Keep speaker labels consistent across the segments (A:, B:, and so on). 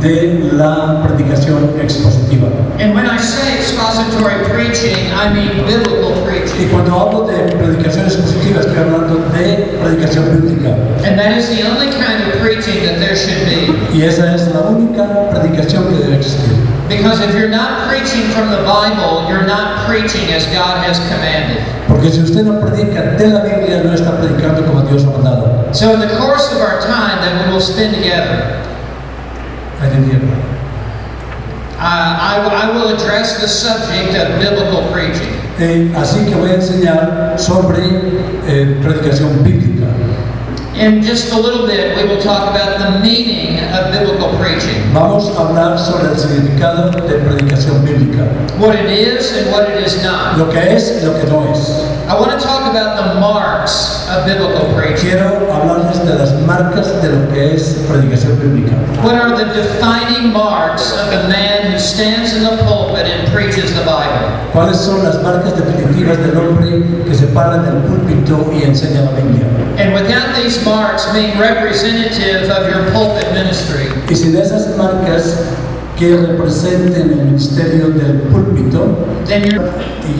A: de la predicación expositiva.
B: And when I say expository preaching, I mean biblical
A: Y
B: preaching.
A: cuando hablo de predicación expositiva estoy hablando de predicación bíblica.
B: And that is the only kind of preaching that there should be.
A: Y esa es la única predicación que debe existir.
B: Because if you're not preaching from the Bible, you're not preaching as God has commanded.
A: Porque si usted no predica de la Biblia, no está predicando como Dios ha mandado.
B: So, in the course of our time that we will spend together,
A: I didn't hear that.
B: uh, I, I will address the subject of biblical preaching.
A: Eh, así que voy a enseñar sobre eh, predicación bíblica.
B: In just a little bit, we will talk about the meaning of biblical preaching
A: Vamos a hablar sobre el significado de predicación bíblica.
B: what it is and what it is not.
A: Lo que es y lo que no es.
B: I want to talk about the marks of biblical preaching.
A: Quiero hablarles de las marcas de lo que es predicación bíblica.
B: What are the defining marks of the man who stands in the pulpit and preaches the Bible?
A: ¿Cuáles son las marcas definitivas del hombre que se para en el púlpito y enseña la Biblia?
B: And without these marks being representative of your pulpit ministry,
A: Y sin esas marcas que representen el ministerio del púlpito,
B: then you're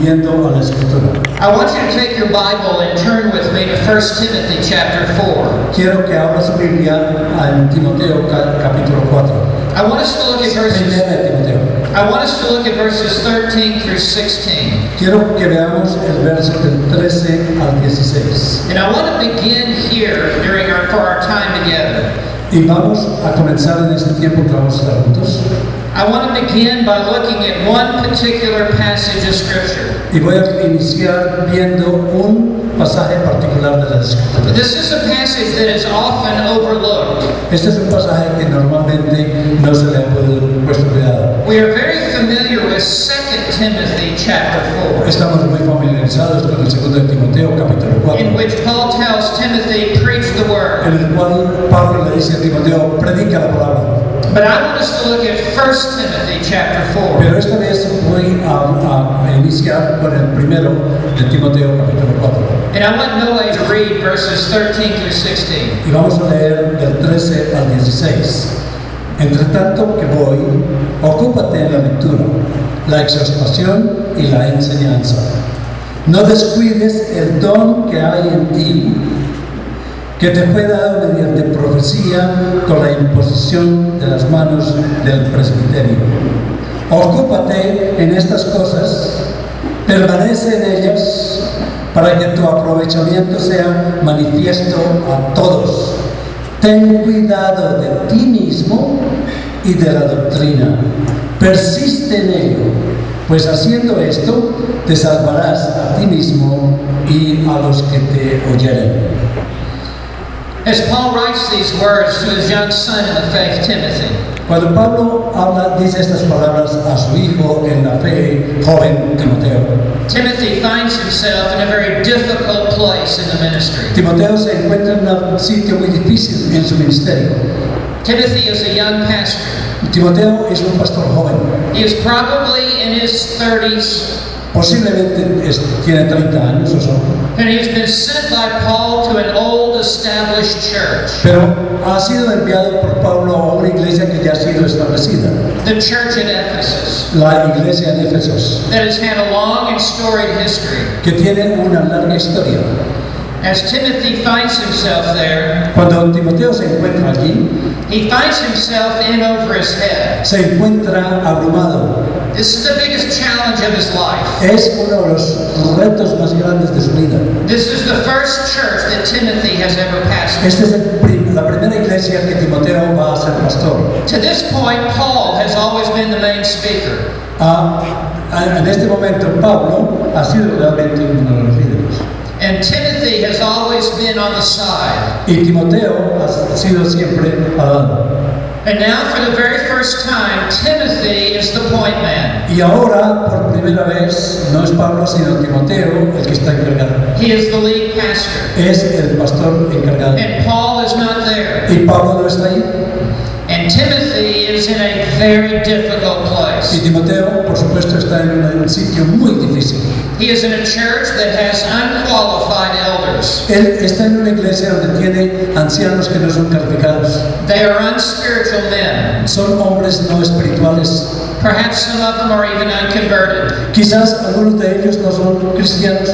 A: yendo a la escritura.
B: I want you to take your Bible and turn with me to 1 Timothy chapter 4.
A: Quiero que abra su Biblia en Timoteo ca- capítulo 4.
B: I want us to look at verses
A: Primera de Timoteo.
B: I want us to look at verses 13 through 16.
A: Quiero que veamos el verso del 13 al 16.
B: And I want to begin here during our for our time together.
A: Y vamos a comenzar en este tiempo que vamos a estar juntos.
B: I want to begin by looking at one particular passage of scripture.
A: Y voy a iniciar viendo un pasaje particular de la escritura.
B: This is a passage that is often overlooked.
A: Este es un pasaje que normalmente no se le ha podido puesto cuidado.
B: We are very familiar with 2 Timothy chapter 4,
A: Estamos muy familiarizados con el segundo de Timoteo capítulo 4.
B: in which Paul tells Timothy, preach the word.
A: en el cual Pablo le dice a Timoteo, predica la palabra.
B: But I want us to look at 1 Timothy chapter 4.
A: Pero esta vez voy a, a- a iniciar con el primero de Timoteo capítulo 4.
B: And I want Noah to read verses 13 through 16.
A: Y vamos a leer del 13 al 16. Entre tanto que voy, ocúpate en la lectura, la exhortación y la enseñanza. No descuides el don que hay en ti, que te fue dado mediante profecía con la imposición de las manos del presbiterio. Ocúpate en estas cosas, permanece en ellas, para que tu aprovechamiento sea manifiesto a todos. Ten cuidado de ti mismo y de la doctrina. Persiste en ello, pues haciendo esto te salvarás a ti mismo y a los que te oyeren.
B: As Paul writes these words to his young son in the faith, Timothy,
A: Cuando Pablo habla, dice estas palabras a su hijo en la fe, joven Timoteo.
B: Timothy finds himself in a very difficult place in the ministry.
A: Timoteo se encuentra en un sitio muy difícil en su ministerio.
B: Timothy is a young pastor.
A: Timoteo es un pastor joven,
B: He is probably in his 30s,
A: posiblemente es- tiene 30 años o so,
B: and he has been sent by Paul to an old established church.
A: pero ha sido enviado por Pablo a una iglesia que ya ha sido establecida,
B: The church at Ephesus,
A: la iglesia en Éfesos,
B: that has had a long and storied history.
A: que tiene una larga historia.
B: As Timothy finds himself there,
A: Cuando Timoteo se encuentra allí,
B: he finds himself in over his head.
A: se encuentra abrumado.
B: This is the biggest challenge of his life.
A: Es uno de los retos más grandes de su vida.
B: This is the first church that Timothy has ever pastored.
A: Esta es el prim- la primera iglesia que Timoteo va a ser pastor.
B: To this point, Paul has always been the main speaker.
A: Ah, a- en este momento Pablo ha sido realmente uno de los líderes.
B: And Timothy has always been on the side.
A: Y Timoteo ha s- sido siempre Adán.
B: And now, for the very first time, Timothy is the point man.
A: Y ahora, por primera vez, no es Pablo, sino Timoteo el que está encargado.
B: He is the lead pastor.
A: Es el pastor encargado.
B: And Paul is not there.
A: Y Pablo no está ahí.
B: And Timothy is in a very difficult
A: Y
B: place.
A: Timoteo, por supuesto, está en un- en un sitio muy difícil.
B: He is in a church that has unqualified elders.
A: Él está en una iglesia donde tiene ancianos que no son calificados.
B: They are unspiritual men.
A: Son hombres no espirituales.
B: Perhaps some of them are even unconverted.
A: Quizás algunos de ellos no son cristianos.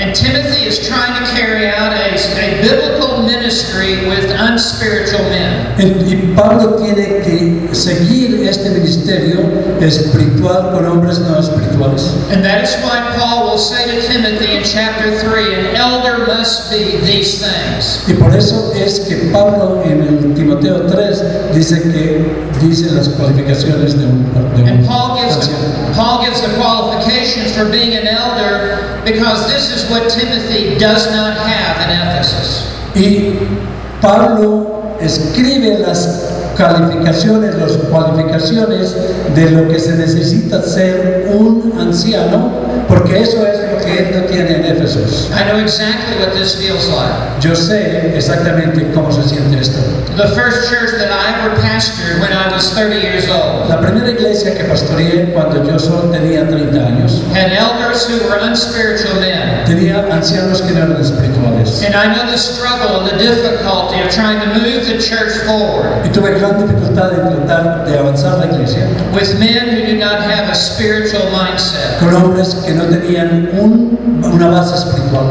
B: And Timothy is trying to carry out a, a biblical ministry with unspiritual men.
A: En- Y Pablo tiene que seguir este ministerio espiritual con hombres no espirituales.
B: And that is why Paul will say to Timothy in chapter 3 an elder must be these things.
A: Y por eso es que Pablo en el Timoteo 3 dice que dice las cualificaciones de un, de
B: And
A: un
B: Paul gives,
A: anciano.
B: Paul gives the qualifications for being an elder because this is what Timothy does not have in Ephesus.
A: Y Pablo escribe las calificaciones, las cualificaciones de lo que se necesita ser un anciano, porque eso es lo que él no tiene en Éfeso.
B: I know exactly what this feels like.
A: Yo sé exactamente cómo se siente esto.
B: The first church that I ever pastored when I was 30 years old
A: La primera iglesia que pastoreé cuando yo solo tenía 30 años,
B: had elders who were unspiritual men.
A: tenía ancianos que no eran espirituales.
B: And I know the struggle and the difficulty of trying to move the church forward
A: Y tuve gran dificultad en tratar de avanzar la iglesia
B: with men who do not have a spiritual mindset.
A: con hombres que no tenían un- una base espiritual.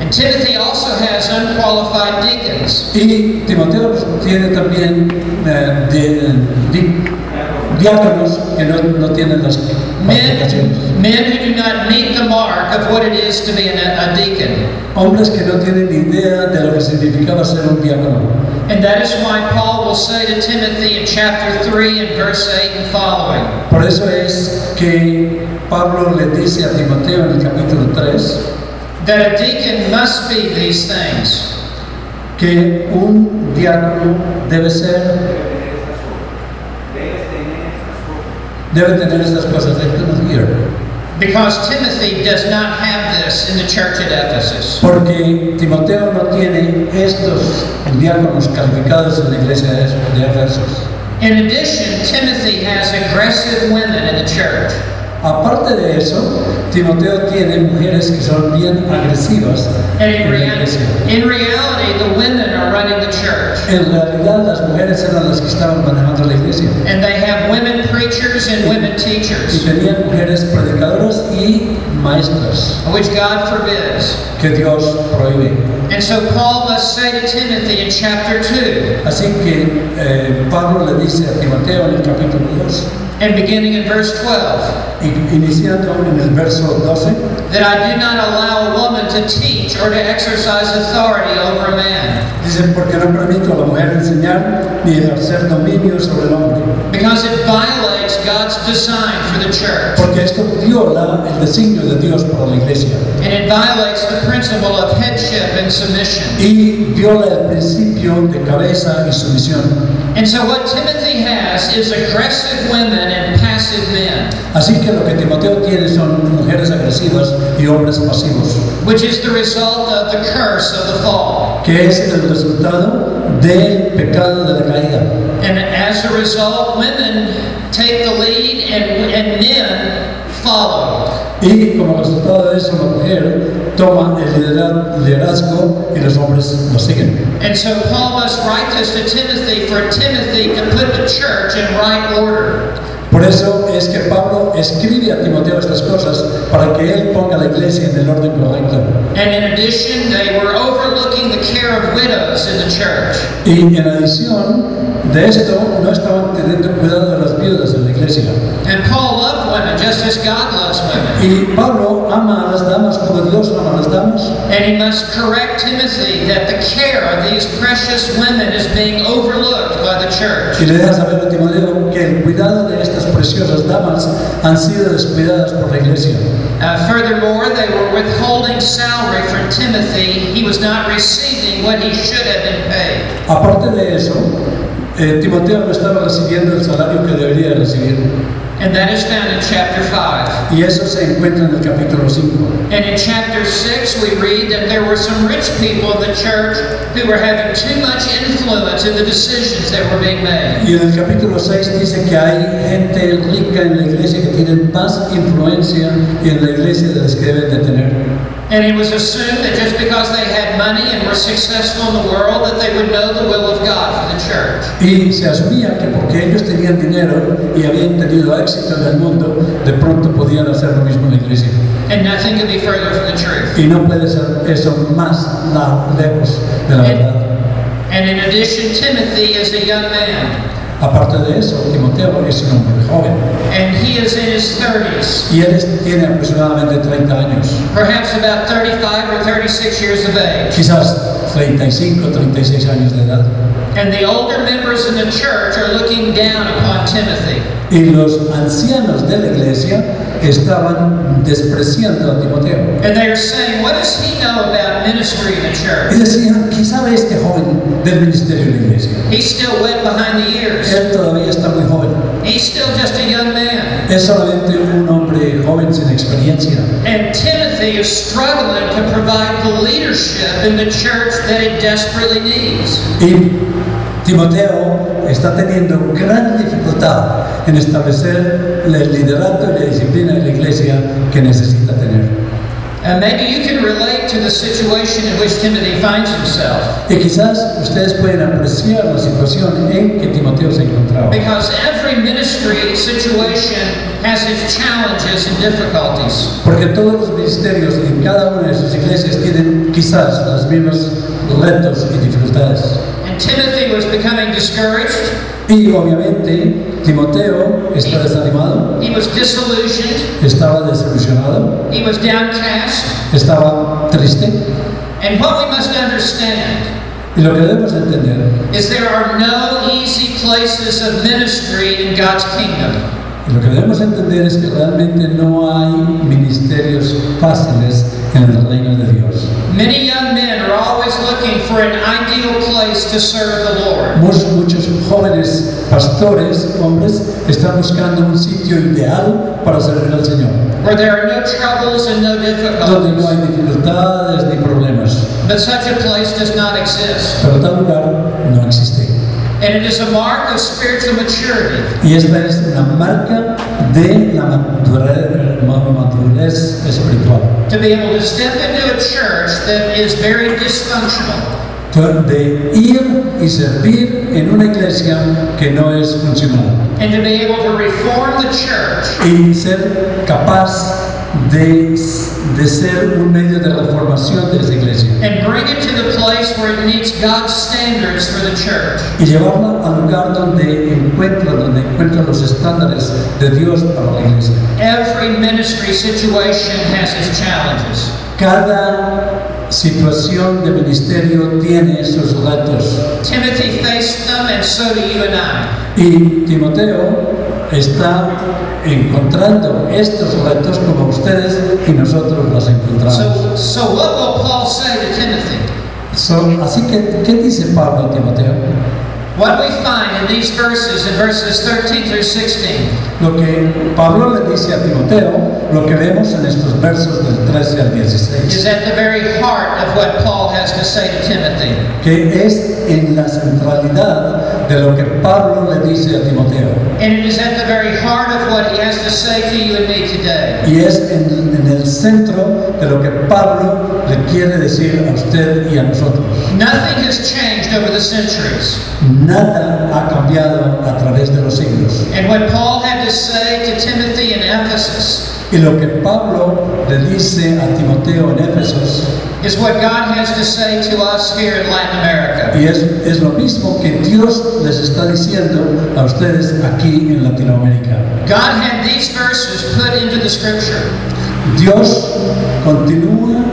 B: And Timothy also has unqualified deacons.
A: Y Timoteo pues, tiene también eh, di- di- diáconos que no, no tienen las cualificaciones.
B: Men, men who do not meet the mark of what it is to be an, a deacon.
A: Hombres que no tienen ni idea de lo que significaba ser un diácono.
B: And that is why Paul will say to Timothy in chapter 3 and verse 8 and following.
A: Por eso es que Pablo le dice a Timoteo en el capítulo 3
B: that a deacon must be these things
A: que un diácono debe ser, debe tener estas cosas. They couldn't hear.
B: because Timothy does not have this in the church at Ephesus.
A: Porque Timoteo no tiene estos diáconos calificados en la iglesia de de Éfeso.
B: In addition, Timothy has aggressive women in the church.
A: Aparte de eso, Timoteo tiene mujeres que son bien agresivas
B: And in,
A: en la iglesia.
B: rea- in reality, the women are running the church.
A: En realidad, las mujeres eran las que estaban manejando la iglesia.
B: And they have women preachers and women
A: Y
B: teachers,
A: tenían mujeres predicadoras y maestras
B: which God forbids.
A: que Dios prohíbe.
B: And so Paul must say to Timothy in chapter 2
A: Así que eh, Pablo le dice a Timoteo en el capítulo 2,
B: and beginning in verse 12
A: in- iniciando en el verso 12,
B: that I do not allow a woman to teach or to exercise authority over a man.
A: dice, porque no permito a la mujer enseñar ni ejercer dominio sobre el hombre.
B: Because it violates God's design for the church.
A: Porque esto viola el designio de Dios para la iglesia.
B: And it violates the principle of headship and submission.
A: y viola el principio de cabeza y sumisión.
B: And so what Timothy has is aggressive women and passive men,
A: Así que lo que Timoteo tiene son mujeres agresivas y hombres pasivos,
B: which is the result of the curse of the fall.
A: que es el resultado del pecado de la caída.
B: And as a result, women take the lead and, and men follow.
A: Y como resultado de eso, la mujer toma el lidera- liderazgo y los hombres lo siguen.
B: And so Paul must write this to Timothy for Timothy to put the church in right order.
A: Por eso es que Pablo escribe a Timoteo estas cosas para que él ponga a la iglesia en el orden correcto.
B: And in addition, they were overlooking the care of widows in the church.
A: Y en adición de esto, no estaban teniendo cuidado de las viudas en la iglesia.
B: And Paul loved women just as God loves women.
A: Y Pablo ama a las damas como Dios ama a las damas.
B: And he must correct Timothy that the care of these precious women is being overlooked by the church.
A: Y le deja saber a Timoteo que el cuidado de estas preciosas damas han sido descuidadas por la iglesia.
B: Uh, furthermore, they were withholding salary from Timothy. He was not receiving what he should have been paid.
A: Aparte de eso, eh, Timoteo no estaba recibiendo el salario que debería recibir.
B: And that is found in chapter 5.
A: Y eso se encuentra en el capítulo 5.
B: And in chapter 6, we read that there were some rich people in the church who were having too much influence in the decisions that were being made.
A: Y en el capítulo 6 dice que hay gente rica en la iglesia que tienen más influencia en la iglesia de las que deben de tener.
B: And it was assumed that just because they had money and were successful in the world, that they would know the will of God for the church.
A: Y se asumía que porque ellos tenían dinero y habían tenido éxito en el mundo, de pronto podían hacer lo mismo en la iglesia.
B: And nothing could be further from the truth.
A: Y no puede ser eso más na- lejos de la verdad.
B: And in addition, Timothy is a young man,
A: Aparte de eso, Timoteo es un hombre joven
B: and he is in his 30s,
A: y él es- tiene aproximadamente 30 años,
B: perhaps about 35 or 36 years of age.
A: quizás 35, 36 años de edad.
B: And the older members in the church are looking down upon Timothy.
A: Y los ancianos de la iglesia estaban despreciando a Timoteo.
B: And they are saying, What does he know about ministry in the
A: Y
B: church?
A: decían, ¿qué sabe este joven del ministerio de la iglesia?
B: He's still wet behind the ears.
A: Él todavía está muy joven.
B: He's still just a young man.
A: Es solamente un hombre joven sin experiencia.
B: And Timothy is struggling to provide the leadership in the church that it desperately needs.
A: Y Timoteo está teniendo gran dificultad en establecer el liderato y la disciplina de la iglesia que necesita tener.
B: And maybe you can relate to the situation in which Timothy finds himself.
A: Y quizás ustedes pueden apreciar la situación en que Timoteo se encontraba.
B: Because every ministry situation has its challenges and difficulties.
A: Porque todos los ministerios en cada una de sus iglesias tienen quizás los mismos retos y dificultades.
B: And Timothy was becoming discouraged.
A: Y obviamente Timoteo está desanimado,
B: He was disillusioned.
A: estaba desilusionado,
B: He was downcast.
A: estaba triste.
B: And what we must understand
A: Y lo que debemos entender
B: is there are no easy places of ministry in God's kingdom.
A: Y Lo que debemos entender es que realmente no hay ministerios fáciles en el reino de Dios.
B: Many young men are always looking for an ideal place to serve the Lord.
A: Muchos, muchos jóvenes pastores, hombres, están buscando un sitio ideal para servir al Señor,
B: Where there are no troubles and no
A: donde no hay
B: difficulties.
A: dificultades ni problemas.
B: But such a place does not exist.
A: Pero tal lugar no existe.
B: And it is a mark of spiritual maturity
A: Y esta es una marca de la madure- ma- madurez espiritual,
B: to be able to step into a church that is very dysfunctional
A: de ir y servir en una iglesia que no es funcional.
B: and to be able to reform the church
A: y ser capaz de, de ser un medio de reformación de esa iglesia
B: and bring it to the place where it meets God's standards for the church.
A: y llevarla al lugar donde encuentra, donde encuentra los estándares de Dios para la iglesia.
B: Every ministry situation has its challenges.
A: Cada situación de ministerio tiene sus retos
B: Timothy faced them, and so do you and I.
A: y Timoteo está encontrando estos retos como ustedes y nosotros los encontramos.
B: So, so what will Paul say to Timothy?
A: So, así que, ¿qué dice Pablo a Timoteo?
B: What we find in these verses, in verses 13 through 16,
A: Lo que Pablo le dice a Timoteo, lo que vemos en estos versos del 13 al
B: is
A: 16,
B: at the very heart of what Paul has to say to Timothy.
A: que es en la centralidad de lo que Pablo le dice a Timoteo.
B: And it is at the very heart of what he has to say to you and me today.
A: Y es en, en el centro de lo que Pablo le quiere decir a usted y a nosotros.
B: Nothing has changed over the centuries.
A: Nada ha cambiado a través de los siglos.
B: And what Paul had to say to Timothy in Ephesus
A: Y lo que Pablo le dice a Timoteo en Éfesos,
B: is what God has to say to us here in Latin America.
A: y es, es lo mismo que Dios les está diciendo a ustedes aquí en Latinoamérica.
B: God had these verses put into the scripture.
A: Dios continúa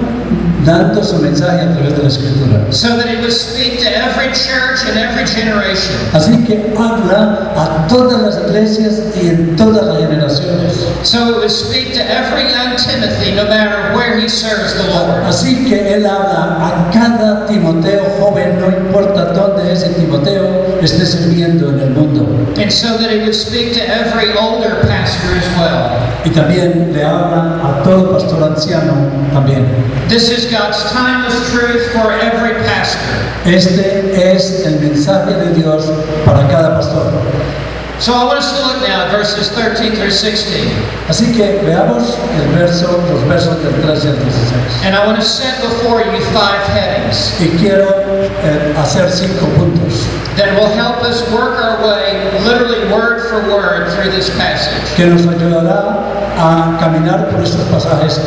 A: dando su mensaje a través de la escritura.
B: so that it would speak to every church and every generation,
A: Así que habla a todas las iglesias y en todas las generaciones.
B: so it would speak to every young Timothy, no matter where he serves the Lord.
A: Así que Él habla a cada Timoteo joven, no importa dónde ese Timoteo esté sirviendo en el mundo.
B: And so that it would speak to every older pastor as well.
A: Y también le habla a todo pastor anciano también.
B: This is God's timeless truth for every pastor.
A: Este es el mensaje de Dios para cada pastor.
B: So I want us to look now at verses 13 through 16.
A: Así que veamos el verso, los versos del 13 al 16.
B: And I want to set before you five headings
A: Y quiero eh, hacer cinco puntos
B: that will help us work our way, literally word for word, through this passage.
A: que nos ayudará a caminar por estos pasajes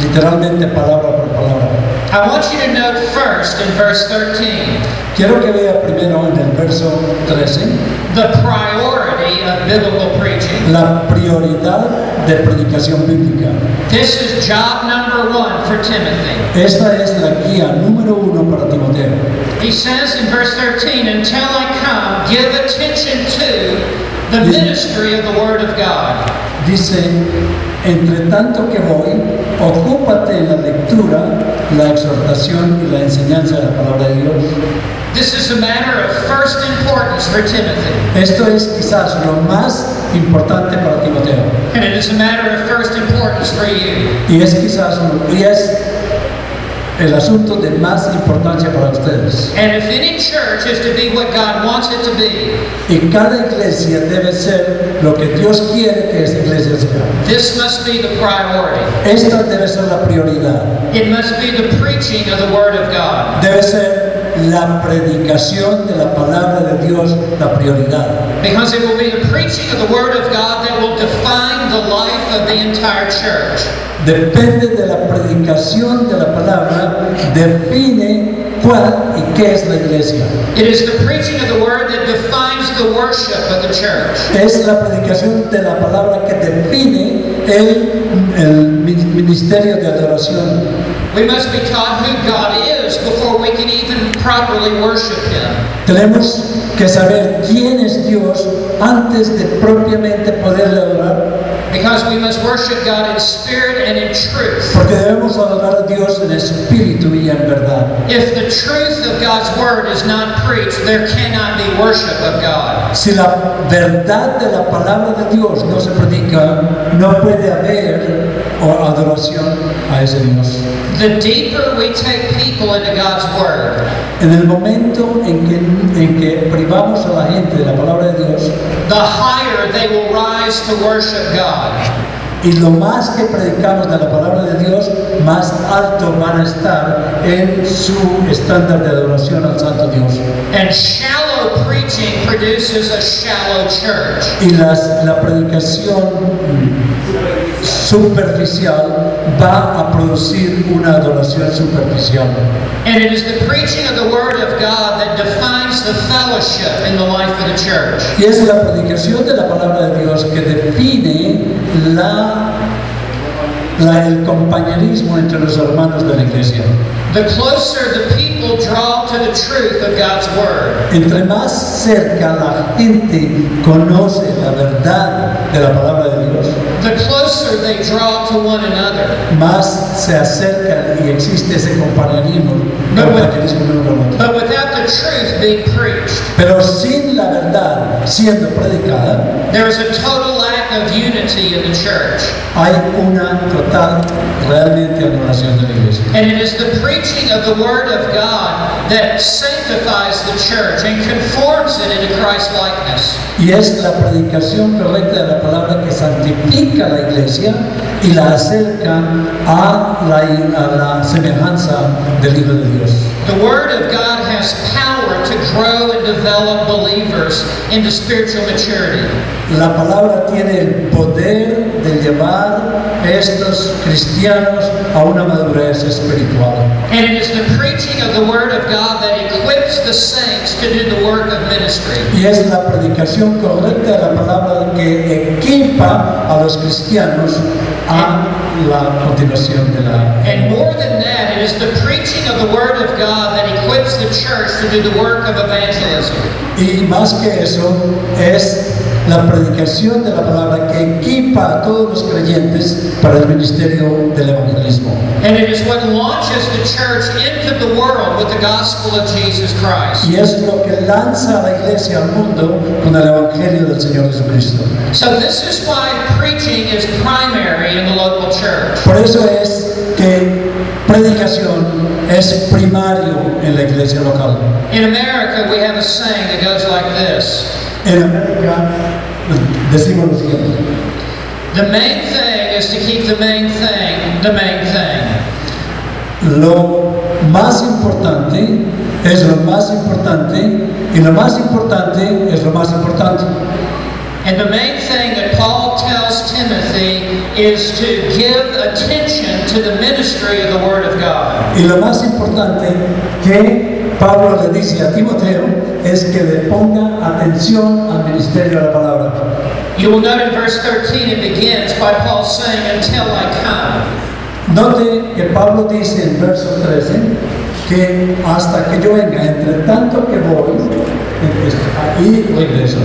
A: literalmente palabra por palabra.
B: I want you to note first in verse 13
A: Quiero que vea primero en el verso 13
B: the priority of biblical preaching.
A: la prioridad de predicación bíblica.
B: This is job number one for Timothy.
A: Esta es la guía número uno para Timoteo.
B: He says in verse 13, Until I come, give attention to the ministry of the Word of God.
A: Dice, entre tanto que voy, ocúpate en la lectura, la exhortación y la enseñanza de la palabra de Dios.
B: This is a matter of first importance for Timothy,
A: Esto es quizás lo más importante para Timoteo.
B: and it is a matter of first importance for you.
A: Y es quizás un- y es el asunto de más importancia para ustedes.
B: And if any church is to be what God wants it to be,
A: Y cada iglesia debe ser lo que Dios quiere que esta iglesia sea.
B: this must be the priority.
A: Esta debe ser la prioridad.
B: It must be the preaching of the Word of God.
A: Debe ser la predicación de la palabra de Dios la prioridad.
B: Because it will be the preaching of the Word of God that will define the life of the entire church.
A: Depende de la predicación de la palabra, define cuál y qué es la iglesia.
B: It is the preaching of the Word that defines the worship of the church.
A: Es la predicación de la palabra que define el, el mi- ministerio de adoración.
B: We must be taught who God is before we can even properly worship Him.
A: Tenemos que saber quién es Dios antes de propiamente poderle adorar,
B: Because we must worship God in spirit and in truth.
A: porque debemos adorar a Dios en espíritu y en verdad.
B: If the truth of God's Word is not preached, there cannot be worship of God.
A: Si la verdad de la palabra de Dios no se predica, no puede haber o- adoración a ese Dios.
B: The deeper we take people into God's Word,
A: En el momento en que, en que privamos a la gente de la palabra de Dios,
B: the higher they will rise to worship God.
A: Y lo más que predicamos de la palabra de Dios, más alto van a estar en su estándar de adoración al Santo Dios.
B: And shallow preaching produces a shallow church.
A: Y las- la predicación superficial va a producir una adoración superficial.
B: And it is the preaching of the Word of God that defines the fellowship in the life of the church.
A: Y es la predicación de la palabra de Dios que define la- la- el compañerismo entre los hermanos de la iglesia.
B: The closer the people draw to the truth of God's Word,
A: Entre más cerca la gente conoce la verdad de la palabra de Dios,
B: the closer they draw to one another.
A: más se acerca y existe ese compañerismo,
B: No, bueno.
A: compañerismo de uno con otro.
B: But without the truth being preached,
A: Pero sin la verdad siendo predicada,
B: there is a total lack of unity in the church.
A: hay una total, realmente, adoración de la iglesia.
B: And it is the preaching of the Word of God that sanctifies the church and conforms it into Christ likeness.
A: Y es la predicación correcta de la palabra que santifica a la iglesia y la acerca a la, a la semejanza del libro de Dios.
B: The Word of God has power to grow and develop believers into spiritual maturity.
A: La palabra tiene el poder de llevar a estos cristianos a una madurez espiritual.
B: And it is the preaching of the Word of God that equips the saints to do the work of ministry.
A: Y es la predicación correcta de la palabra que equipa a los cristianos a la continuación de
B: And
A: la... E.
B: more than that, it is the preaching of the Word of God that equips the church to do the work of evangelism.
A: Y más que eso, es la predicación de la palabra que equipa a todos los creyentes para el ministerio del evangelismo.
B: And it is what launches the church into the world with the gospel of Jesus Christ.
A: Y es lo que lanza a la iglesia al mundo con el evangelio del Señor Jesucristo.
B: So this is why preaching is primary in the local church.
A: Por eso es que predicación es primario en la iglesia local.
B: In America, we have a saying that goes like this
A: En América decimos lo siguiente.
B: The main thing is to keep the main thing the main thing.
A: Lo más importante es lo más importante y lo más importante es lo más importante.
B: And the main thing that Paul tells Timothy is to give attention to the ministry of the Word of God.
A: Y lo más importante que Pablo le dice a Timoteo es que le ponga atención al ministerio de la palabra.
B: You will note in verse 13 it begins by Paul saying, Until I come.
A: Note que Pablo dice en verso 13 que hasta que yo venga, entre tanto que voy, y regreso.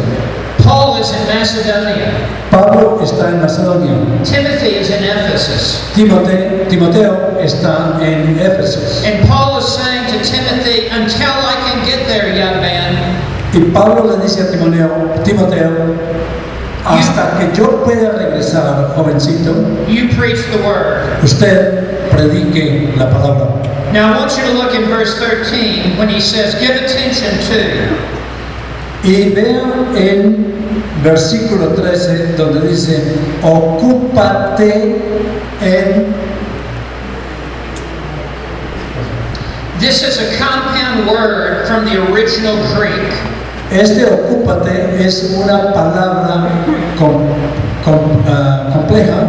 B: Paul is in Macedonia,
A: Pablo está en Macedonia,
B: Timothy is in Ephesus.
A: Timote- Timoteo está en Éfeso.
B: And Paul is saying to Timothy, Until I can get there, young man,
A: Y Pablo le dice a Timoteo, Timoteo, hasta que yo pueda regresar, jovencito,
B: you preach the Word.
A: usted predique la palabra.
B: Now I want you to look in verse 13 when he says, Give attention to.
A: Y vea el versículo 13 donde dice, ocúpate en...
B: This is a compound word from the original Greek.
A: Este ocúpate es una palabra com- com- ah, compleja,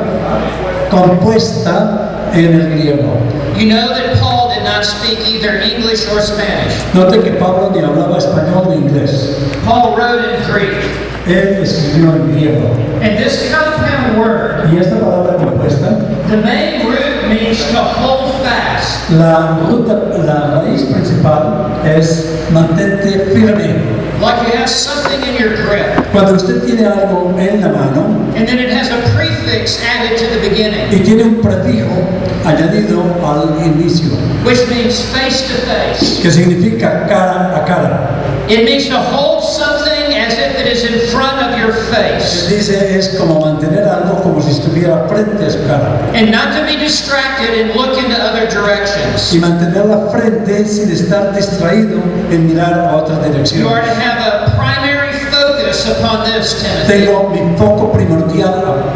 A: compuesta en el griego.
B: You know that Paul did not speak either English or Spanish.
A: Note que Pablo ni hablaba español ni inglés.
B: Paul wrote in Greek.
A: Él escribió en griego.
B: And this compound word,
A: Y esta palabra compuesta,
B: the main root means to hold fast.
A: la, ruta, la raíz principal es mantente firme.
B: Like you have something in your grip.
A: Cuando usted tiene algo en la mano
B: And then it has a prefix added to the beginning,
A: y tiene un prefijo añadido al inicio,
B: which means face to face.
A: que significa cara a cara.
B: It means to hold something as if it is in front of your face.
A: Se dice es como mantener algo como si estuviera frente a su cara
B: and not to be distracted and look into other directions.
A: y mantenerla frente sin estar distraído en mirar a otra
B: You
A: dirección.
B: are to have a primary focus upon this, Timothy.
A: Tengo mi foco primordial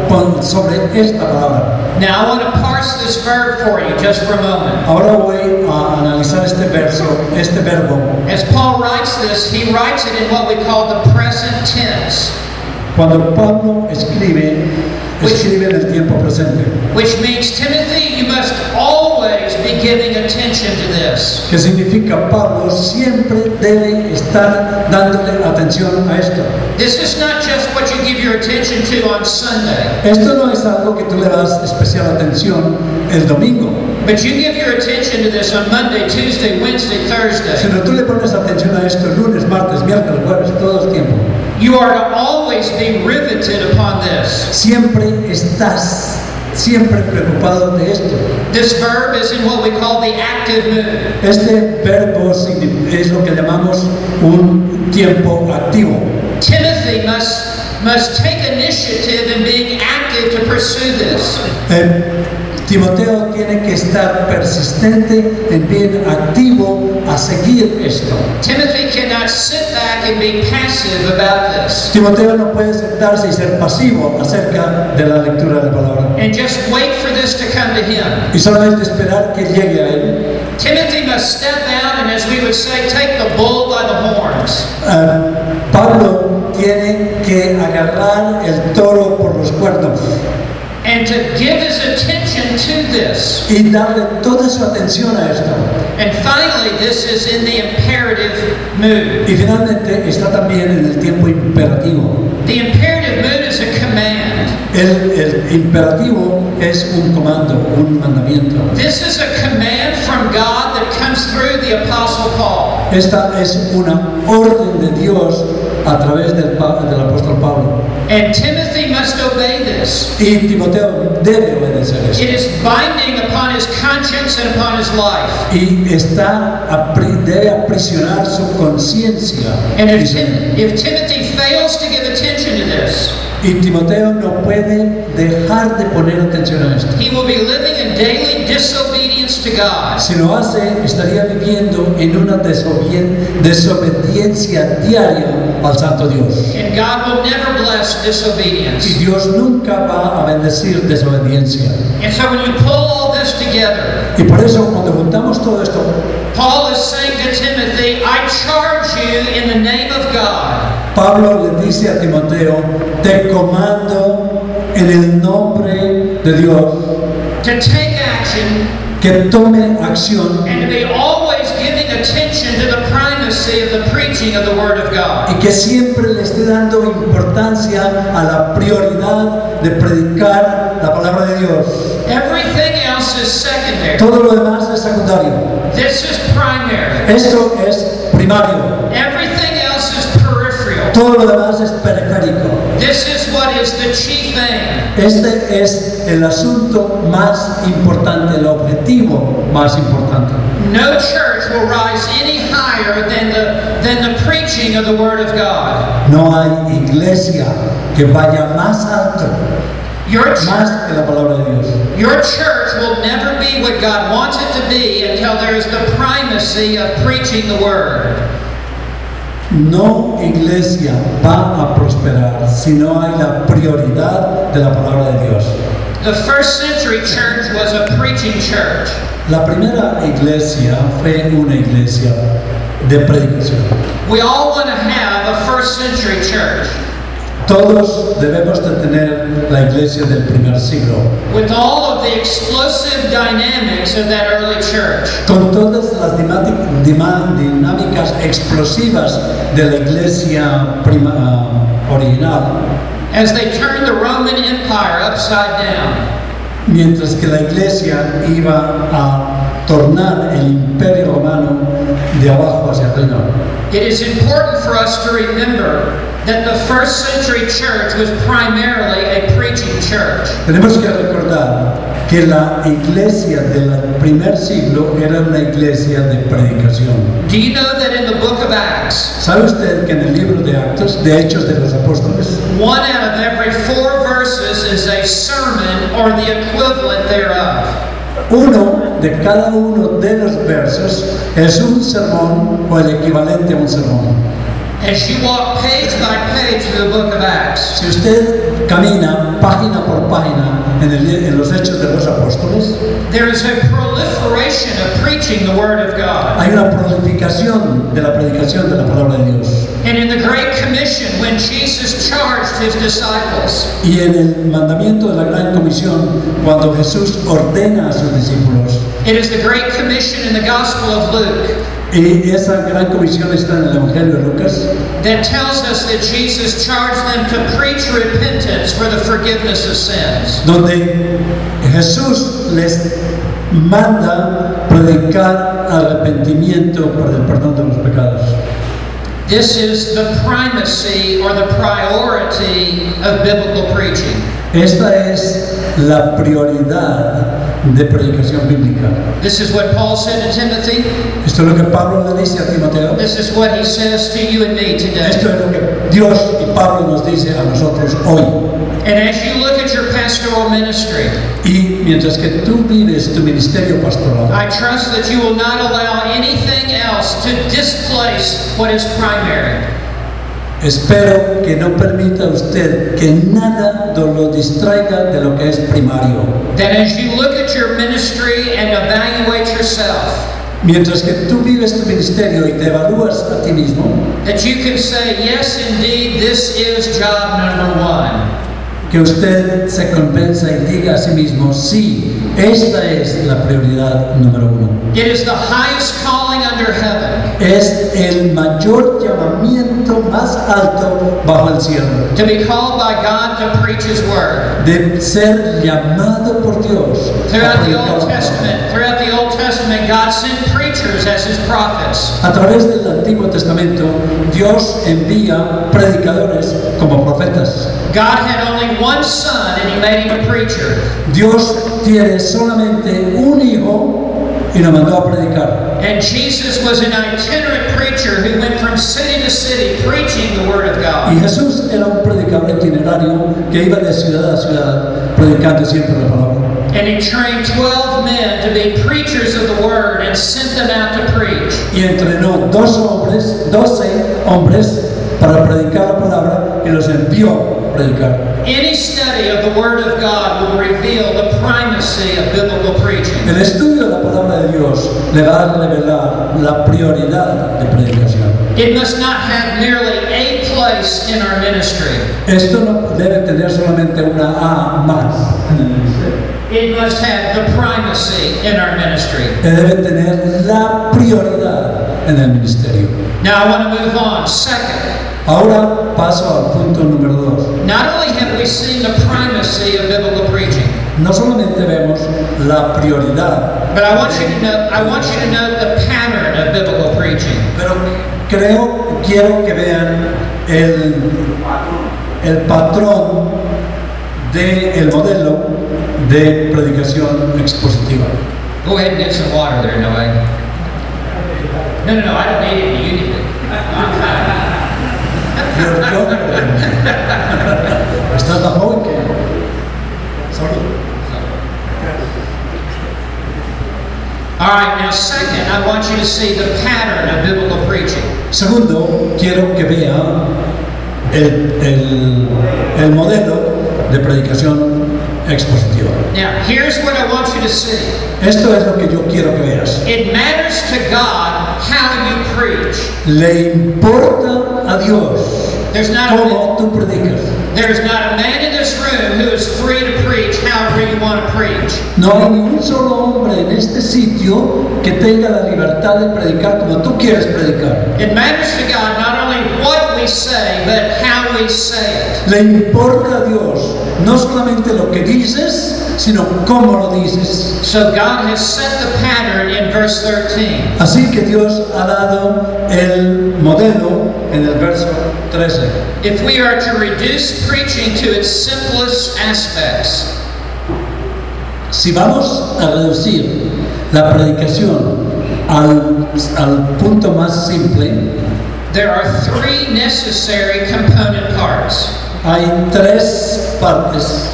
A: pon- sobre esta palabra.
B: Now, I want to parse this verb for you just for a moment.
A: Ahora voy a analizar este verso, este verbo.
B: As Paul writes this, he writes it in what we call the present tense,
A: Cuando Pablo escribe,
B: Pues-
A: escribe en el tiempo presente.
B: which means, Timothy, you must always be giving attention to this.
A: que significa Pablo siempre debe estar dándole atención a esto.
B: This is not just what you give your attention to on Sunday,
A: Esto no es algo que tú le das especial atención el domingo,
B: but you give your attention to this on Monday, Tuesday, Wednesday, Thursday.
A: sino tú le pones atención a esto el lunes, martes, miércoles, jueves, todo el tiempo.
B: You are to always be riveted upon this.
A: Siempre estás, siempre preocupado de esto.
B: This verb is in what we call the active mood.
A: Este verbo signi- es lo que llamamos un tiempo activo.
B: Timothy must, must take initiative in being active to pursue this.
A: Eh, Timoteo tiene que estar persistente en bien activo a seguir esto.
B: Timothy cannot sit back and be passive about this
A: Timoteo no puede sentarse y ser pasivo acerca de la lectura de la palabra
B: and just wait for this to come to him.
A: y solamente esperar que llegue a él.
B: Timothy must step out and, as we would say, take the bull by the horns.
A: Ah, Pablo tiene que agarrar el toro por los cuernos
B: And to give his attention to this.
A: y darle toda su atención a esto.
B: And finally, this is in the imperative mood.
A: Y finalmente está también en el tiempo imperativo.
B: The imperative mood is a command.
A: El, el imperativo es un comando, un mandamiento.
B: This is a command from God that comes through the Apostle Paul.
A: Esta es una orden de Dios a través del, pa- del apóstol Pablo.
B: And Timothy must obey this.
A: Y Timoteo debe obedecer eso.
B: It is binding upon his conscience and upon his life.
A: y está apri- debe aprisionar su conciencia.
B: And if,
A: Y su-
B: Tim- if Timothy fails to give attention to this,
A: Y Timoteo no puede dejar de poner atención a esto.
B: He will be living in daily disobedience to God.
A: Si lo hace, estaría viviendo en una desobedien- desobediencia diaria al Santo Dios.
B: And God will never bless
A: Y
B: disobedience.
A: Dios nunca va a bendecir desobediencia.
B: And so when you pull all this together,
A: Y por eso cuando juntamos todo esto,
B: Paul is saying to Timothy, I charge you in the name of God.
A: Pablo le dice a Timoteo, te comando en el nombre de Dios
B: to take action
A: que tome acción
B: and to be always giving attention to the primacy of the preaching of the Word of God.
A: y que siempre le esté dando importancia a la prioridad de predicar la palabra de Dios.
B: Everything else is secondary.
A: Todo lo demás es secundario.
B: This is primary.
A: Esto es primario.
B: Everything else is peripheral.
A: Todo lo demás es periférico.
B: This is what is the chief aim.
A: Este es el asunto más importante, el objetivo más importante.
B: No church will rise any higher than the, than the preaching of the Word of God.
A: No hay iglesia que vaya más alto,
B: Your, ch-
A: más que la palabra de Dios.
B: your church will never be what God wants it to be until there is the primacy of preaching the Word.
A: No iglesia va a prosperar si no hay la prioridad de la palabra de Dios.
B: The first century church was a preaching church.
A: La primera iglesia fue una iglesia de predicación.
B: We all want to have a first century church
A: Todos debemos de tener la iglesia del primer siglo,
B: with all of the explosive dynamics of that early church.
A: con todas las dimati- dima- dinámicas explosivas de la iglesia prima- original,
B: As they turned the Roman Empire upside down,
A: mientras que la iglesia iba a tornar el imperio romano de abajo hacia arriba.
B: it is important for us to remember that the first century church was primarily a preaching church.
A: Tenemos que recordar que la iglesia del primer siglo era una iglesia de predicación.
B: Do you know that in the book of Acts,
A: ¿Sabe usted que en el libro de Actos, de Hechos de los Apóstoles,
B: one out of every four verses is a sermon or the equivalent thereof?
A: uno de cada uno de los versos es un sermón o el equivalente a un sermón?
B: As you walk page by page through the book of Acts,
A: Si usted camina página por página en, el- en los Hechos de los Apóstoles,
B: there is a proliferation of preaching the Word of God.
A: hay una prolificación de la predicación de la palabra de Dios.
B: And in the Great Commission, when Jesus charged his disciples,
A: Y en el mandamiento de la Gran Comisión, cuando Jesús ordena a sus discípulos,
B: it is the Great Commission in the Gospel of Luke
A: y esa Gran Comisión está en el Evangelio de Lucas,
B: that tells us that Jesus charged them to preach repentance for the forgiveness of sins.
A: donde Jesús les manda predicar arrepentimiento para el perdón de los pecados.
B: This is the primacy or the priority of biblical preaching.
A: Esta es la prioridad de predicación bíblica.
B: This is what Paul said to Timothy.
A: Esto es lo que Pablo le dice a Timoteo.
B: This is what he says to you and me today.
A: Esto es lo que Dios y Pablo nos dice a nosotros hoy.
B: And as you look at your pastoral ministry,
A: Y mientras que tú vives tu ministerio pastoral,
B: I trust that you will not allow anything else to displace what is primary.
A: espero que no permita usted que nada lo distraiga de lo que es primario.
B: That as you look at your ministry and evaluate yourself,
A: Mientras que tú vives tu ministerio y te evalúas a ti mismo,
B: that you can say, yes, indeed, this is job number one.
A: que usted se compensa y diga a sí mismo, sí, esta es la prioridad número uno.
B: It is the highest calling under heaven
A: Es el mayor llamamiento más alto bajo el cielo,
B: to be called by God to preach His Word.
A: de ser llamado por Dios. a
B: Throughout
A: predicar
B: the
A: la
B: Old
A: palabra.
B: Testament, throughout the Old Testament, God sent preachers as His prophets.
A: A través del Antiguo Testamento, Dios envía predicadores como profetas.
B: God had only one son and he made him a preacher.
A: Dios tiene solamente un hijo y lo mandó a predicar.
B: And Jesus was an itinerant preacher who went from city to city preaching the Word of
A: Y
B: God.
A: Jesús era un predicador itinerario que iba de ciudad a ciudad predicando siempre la palabra.
B: And he trained 12 men to be preachers of the Word and sent them out to preach.
A: Y entrenó dos hombres, 12 hombres para predicar la palabra y los envió a predicar.
B: Any study of the Word of God will reveal the primacy of biblical preaching.
A: El estudio de la palabra de Dios le va a revelar la prioridad de predicación.
B: It must not have merely a place in our ministry.
A: Esto no debe tener solamente una A más,
B: It must have the primacy in our ministry.
A: que Eh, debe tener la prioridad en el ministerio.
B: Now I want to move on. Second,
A: Ahora paso al punto número dos.
B: not only have we seen the primacy of biblical preaching,
A: No solamente vemos la prioridad,
B: but I want you to know I want you to note the pattern of biblical preaching.
A: pero creo, quiero que vean el, el patrón del modelo de predicación expositiva.
B: Go ahead and get some water there, Noah. No, no, no, I don't need it. You need it.
A: Pero yo- ¿Estás bajo o qué? Sorry.
B: All right, now second, I want you to see the pattern of biblical preaching.
A: Segundo, quiero que vea el, el- el modelo de predicación expositiva.
B: Now, here's what I want you to see.
A: Esto es lo que yo quiero que veas.
B: It matters to God how you preach.
A: Le importa a Dios
B: There's not
A: cómo tú predicas.
B: there's not a man in this room who is free to preach however you want to preach.
A: No hay ningún solo hombre en este sitio que tenga la libertad de predicar como tú quieres predicar.
B: It matters to God not only what we say, but how we say it.
A: Le importa a Dios no solamente lo que dices, sino cómo lo dices.
B: So God has set the pattern in verse 13.
A: Así que Dios ha dado el modelo en el verso 13.
B: If we are to reduce preaching to its simplest aspects,
A: Si vamos a reducir la predicación al, al punto más simple,
B: there are three necessary component parts.
A: hay tres partes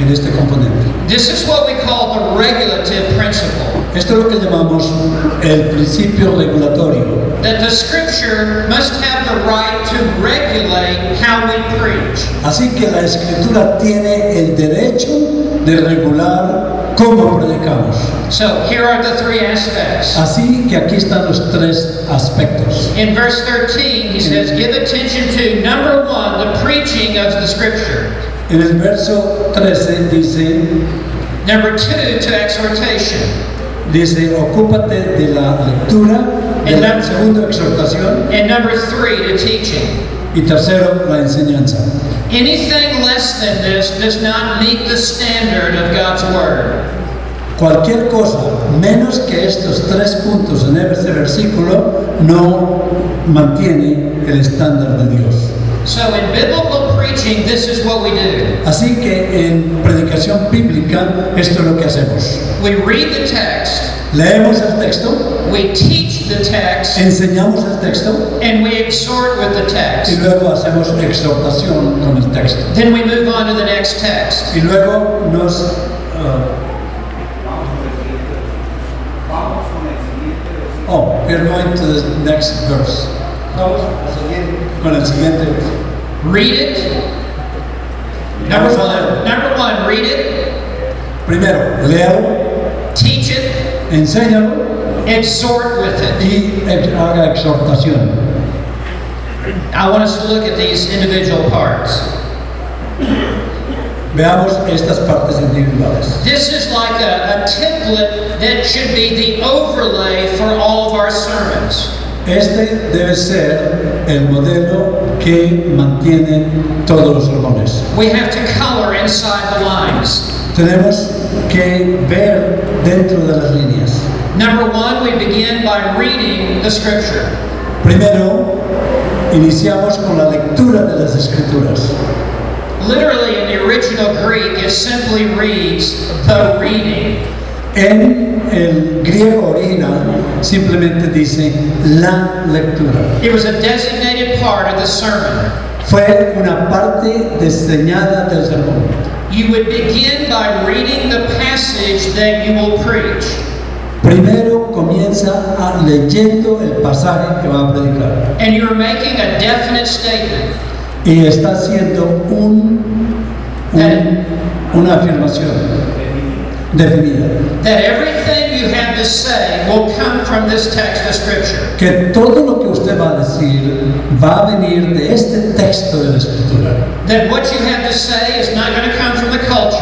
A: en este componente.
B: This is what we call the regulative principle.
A: Esto es lo que llamamos el principio regulatorio.
B: that the scripture must have the right to regulate how we preach.
A: Así que la escritura tiene el derecho de regular cómo predicamos.
B: So here are the three aspects.
A: Así que aquí están los tres aspectos.
B: In verse 13, he says, Give attention to number one, the preaching of the scripture.
A: En el verso 13 dice,
B: Number two, to exhortation.
A: Dice, ocúpate de la lectura, de la segunda exhortación
B: And number three, to teaching.
A: y tercero, la enseñanza.
B: Anything less than this does not meet the standard of God's word.
A: Cualquier cosa menos que estos tres puntos en este versículo no mantiene el estándar de Dios.
B: So in biblical preaching, this is what we do.
A: Así que en predicación bíblica esto es lo que hacemos.
B: We read the text,
A: Leemos el texto,
B: we teach the text,
A: enseñamos el texto
B: and we exhort with the
A: y
B: text.
A: luego hacemos exhortación con el texto.
B: Then we move on to the next text.
A: Y luego nos... ah, Oh, we're going to the next verse. Con el siguiente.
B: Read it. Number one, number one, read it,
A: Primero, leo,
B: teach it,
A: enséñalo
B: exhort with it.
A: y ex- haga exhortación.
B: I want us to look at these individual parts.
A: Veamos estas partes individuales.
B: This is like a, a template that should be the overlay for all of our sermons.
A: Este debe ser el modelo que mantiene todos los sermones.
B: We have to color inside the lines.
A: Tenemos que ver dentro de las líneas.
B: Number one, we begin by reading the scripture.
A: Primero, iniciamos con la lectura de las escrituras.
B: Literally in the original Greek, it simply reads the reading.
A: En el griego original simplemente dice la lectura.
B: It was a designated part of the sermon.
A: Fue una parte diseñada del sermón.
B: You would begin by reading the passage that you will preach.
A: Primero comienza a- leyendo el pasaje que va a predicar
B: And you're making a definite statement.
A: y está haciendo un, un- una afirmación definida.
B: That everything you have to say will come from this text of Scripture.
A: Que todo lo que usted va a decir va a venir de este texto de la escritura.
B: That what you have to say is not going to come from the culture.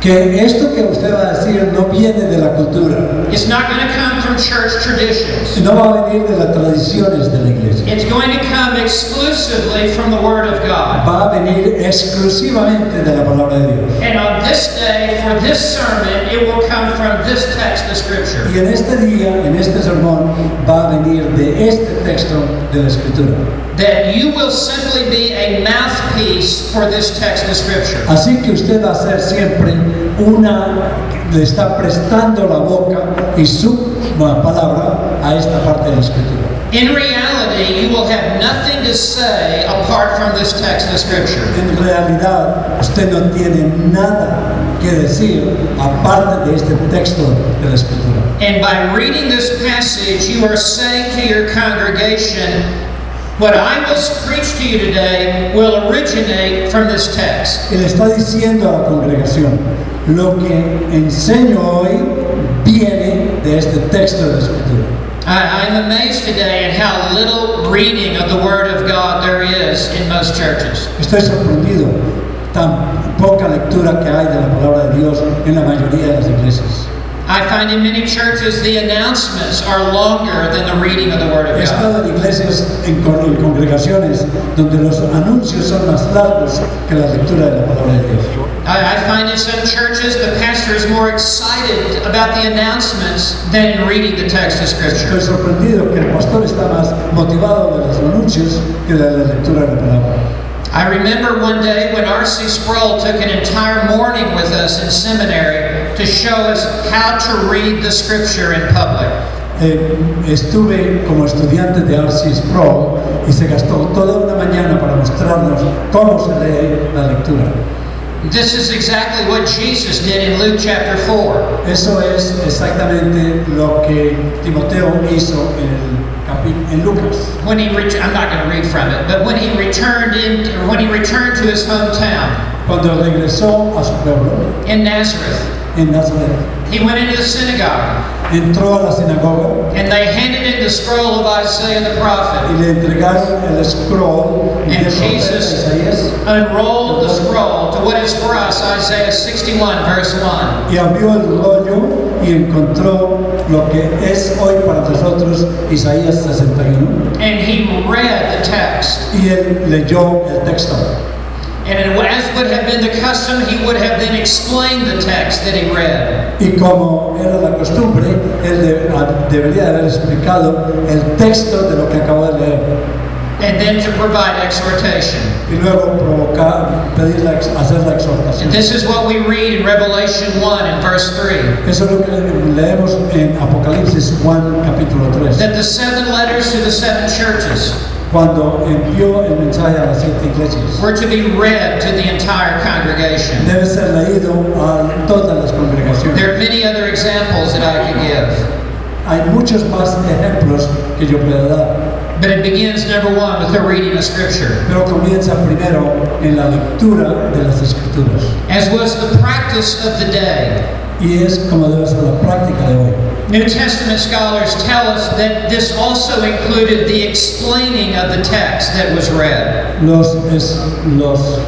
A: Que esto que usted va a decir no viene de la cultura,
B: It's not going to come from church traditions.
A: no va a venir de las tradiciones de la iglesia.
B: It's going to come exclusively from the Word of God.
A: Va a venir exclusivamente de la palabra de Dios.
B: And on this day, for this sermon, it will come from this text of Scripture.
A: Y en este día, en este sermón, va a venir de este texto de la Escritura.
B: That you will simply be a mouthpiece for this text of Scripture.
A: Así que usted va a ser siempre una, le está prestando la boca y su palabra a esta parte de la Escritura.
B: In reality, you will have nothing to say apart from this text of Scripture.
A: En realidad, usted no tiene nada que decir aparte de este texto de la Escritura.
B: And by reading this passage, you are saying to your congregation, what I will preach to you today will originate from this text.
A: Él está diciendo a la congregación, lo que enseño hoy viene de este texto de la Escritura.
B: I, I'm amazed today at how little reading of the Word of God there is in most churches.
A: Estoy sorprendido tan poca lectura que hay de la palabra de Dios en la mayoría de las iglesias.
B: I find in many churches the announcements are longer than the reading of the Word
A: He
B: of God.
A: estado en iglesias, en, con- en congregaciones, donde los anuncios son más largos que la lectura de la palabra de Dios.
B: I, I find in some churches the pastor is more excited about the announcements than in reading the text of
A: Estoy
B: Scripture.
A: sorprendido que el pastor está más motivado de los anuncios que de la lectura de la palabra.
B: I remember one day when R.C. Sproul took an entire morning with us in seminary to show us how to read the Scripture in public.
A: Eh, estuve como estudiante de Arsis Pro y se gastó toda una mañana para mostrarnos cómo se lee la lectura.
B: This is exactly what Jesus did in Luke chapter 4.
A: Eso es exactamente lo que Timoteo hizo en, el capi- en Lucas.
B: When he ret- I'm not going to read from it, but when he returned in, when he returned to his hometown
A: Cuando regresó a su pueblo,
B: in Nazareth,
A: en Nazaret,
B: he went into the synagogue
A: entró a la sinagoga
B: and they handed him the scroll of Isaiah the prophet.
A: y le entregaron el scroll
B: And
A: del profeta
B: Jesus-
A: Isaías
B: Unrolled the scroll to what is for us Isaiah 61 verse 1.
A: y abrió el rollo y encontró lo que es hoy para nosotros Isaías 61
B: And he read the text.
A: y él leyó el texto.
B: And it- as would have been the custom, he would have then explained the text that he read.
A: Y como era la costumbre, él de- a- debería haber explicado el texto de lo que acabo de leer.
B: And then to provide exhortation.
A: y luego provocar, pedir la, ex- hacer la exhortación.
B: And this is what we read in Revelation 1 and verse 3
A: Eso es lo que leemos en Apocalipsis 1, capítulo 3,
B: that the seven letters to the seven churches
A: cuando envió el mensaje a las siete iglesias.
B: were to be read to the entire congregation.
A: Debe ser leído a todas las congregaciones.
B: There are many other examples that I could give,
A: Hay muchos más ejemplos que yo puedo dar,
B: but it begins, number one, with the reading of Scripture.
A: pero comienza primero en la lectura de las escrituras.
B: As was the practice of the day,
A: Y es como debe ser la práctica de hoy.
B: New Testament scholars tell us that this also included the explaining of the text that was read.
A: Los, es- los,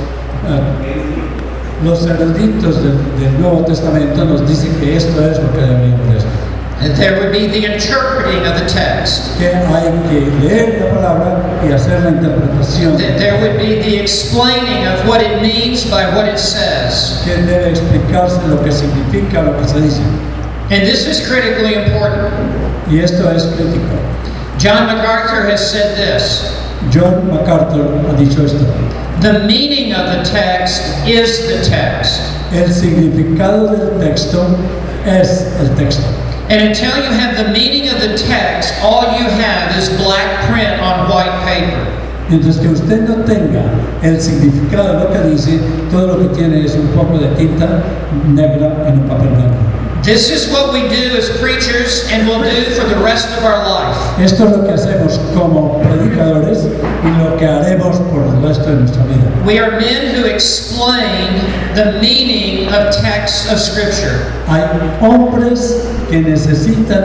A: eh, los eruditos del, del Nuevo Testamento nos dicen que esto es lo que debemos de hacer.
B: That there would be the interpreting of the text,
A: que hay que leer la palabra y hacer la interpretación
B: that there would be the explaining of what it means by what it says.
A: que debe explicarse lo que significa lo que se dice
B: And this is critically important.
A: y esto es crítico
B: John MacArthur has said this
A: John MacArthur ha dicho esto
B: The meaning of the text is the text.
A: el significado del texto es el texto.
B: And until you have the meaning of the text, all you have is black print on white paper.
A: Mientras que usted no tenga el significado de lo que dice, todo lo que tiene es un poco de tinta negra en un papel blanco.
B: This is what we do as preachers and will do for the rest of our life.
A: Esto es lo que hacemos como predicadores y lo que haremos por el resto de nuestra vida.
B: We are men who explain the meaning of texts of Scripture.
A: Hay hombres que necesitan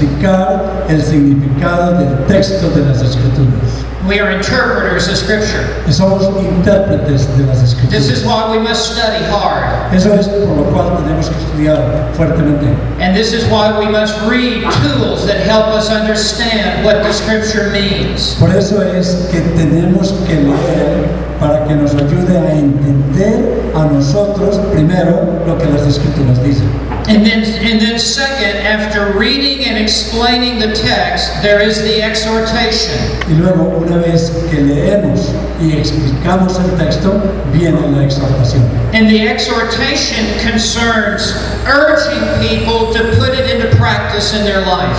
A: explicar el significado del texto de las escrituras.
B: We are interpreters of Scripture.
A: Somos intérpretes de las
B: This is
A: escrituras.
B: why we must study hard.
A: Eso es por lo cual tenemos que estudiar fuertemente.
B: And this is why we must read tools that help us understand what the Scripture means.
A: Por eso es que tenemos que leer para que nos ayude a entender a nosotros primero lo que las escrituras dicen.
B: And then, and then second, after reading and explaining the text, there is the exhortation.
A: Y luego, una vez que leemos y explicamos el texto, viene la exhortación.
B: And the exhortation concerns urging people to put it into practice in their life.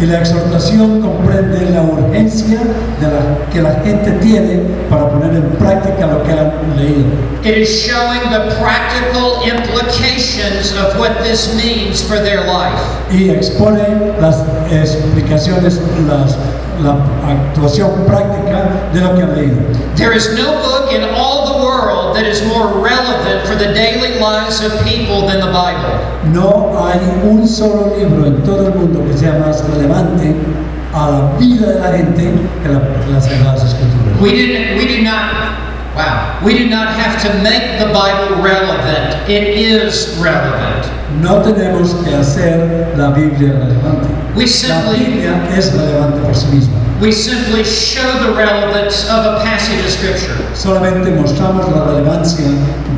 A: Y la exhortación comprende la urgencia de la, que la gente tiene para poner en práctica lo que han leído.
B: It is showing the practical implications of what this means for their life.
A: Y expone las explicaciones, las- la actuación práctica de lo que han leído.
B: There is no book in all the world that is more relevant for the daily lives of people than the Bible.
A: No hay un solo libro en todo el mundo que sea más relevante a la vida de la gente que la- las Sagradas Escrituras.
B: We didn't we did not wow, we did not have to make the Bible relevant. It is relevant.
A: No tenemos que hacer la Biblia relevante.
B: We
A: La
B: simply
A: Biblia es relevante por sí misma.
B: we simply show the relevance of a passage of scripture.
A: Solamente mostramos la relevancia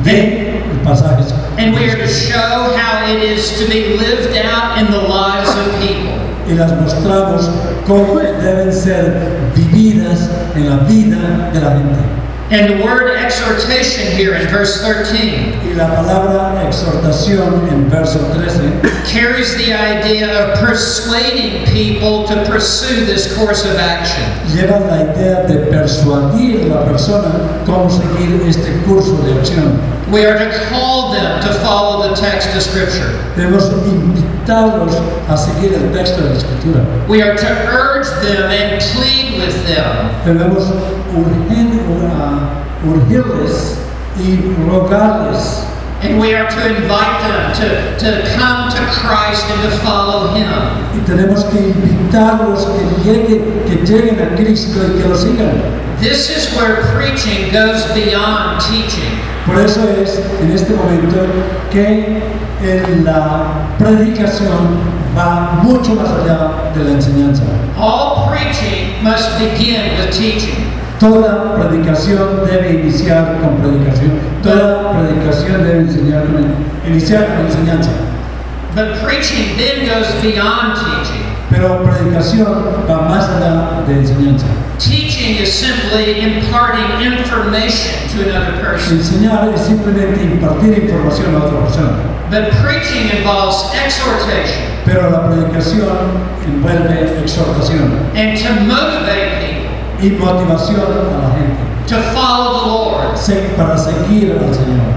A: de pasajes.
B: And we are to show how it is to be lived out in the lives of people.
A: Y las mostramos cómo deben ser vividas en la vida de la gente.
B: And the word exhortation here in verse 13
A: Y la palabra exhortación en verso 13
B: carries the idea of persuading people to pursue this course of action.
A: lleva la idea de persuadir a la persona cómo seguir este curso de acción.
B: We are to call them to follow the text of Scripture.
A: Debemos invitarlos a seguir el texto de la Escritura.
B: We are to urge them and plead with them.
A: Debemos urgen- uh, urgirles y rogarles
B: And we are to invite them to, to come to Christ and to follow Him.
A: y tenemos que invitarlos que lleguen, que lleguen a Cristo y que lo sigan.
B: This is where preaching goes beyond teaching.
A: Por eso es en este momento que eh, la predicación va mucho más allá de la enseñanza.
B: All preaching must begin with teaching.
A: Toda predicación debe iniciar con predicación. Toda predicación debe enseñar con en- iniciar con enseñanza.
B: But preaching then goes beyond teaching.
A: Pero predicación va más allá de enseñanza.
B: Teaching is simply imparting information to another person,
A: Enseñar es simplemente impartir información a otra persona.
B: but preaching involves exhortation
A: Pero la predicación envuelve exhortación
B: and to motivate people
A: y motivación a la gente
B: to follow the Lord.
A: se- para seguir al Señor.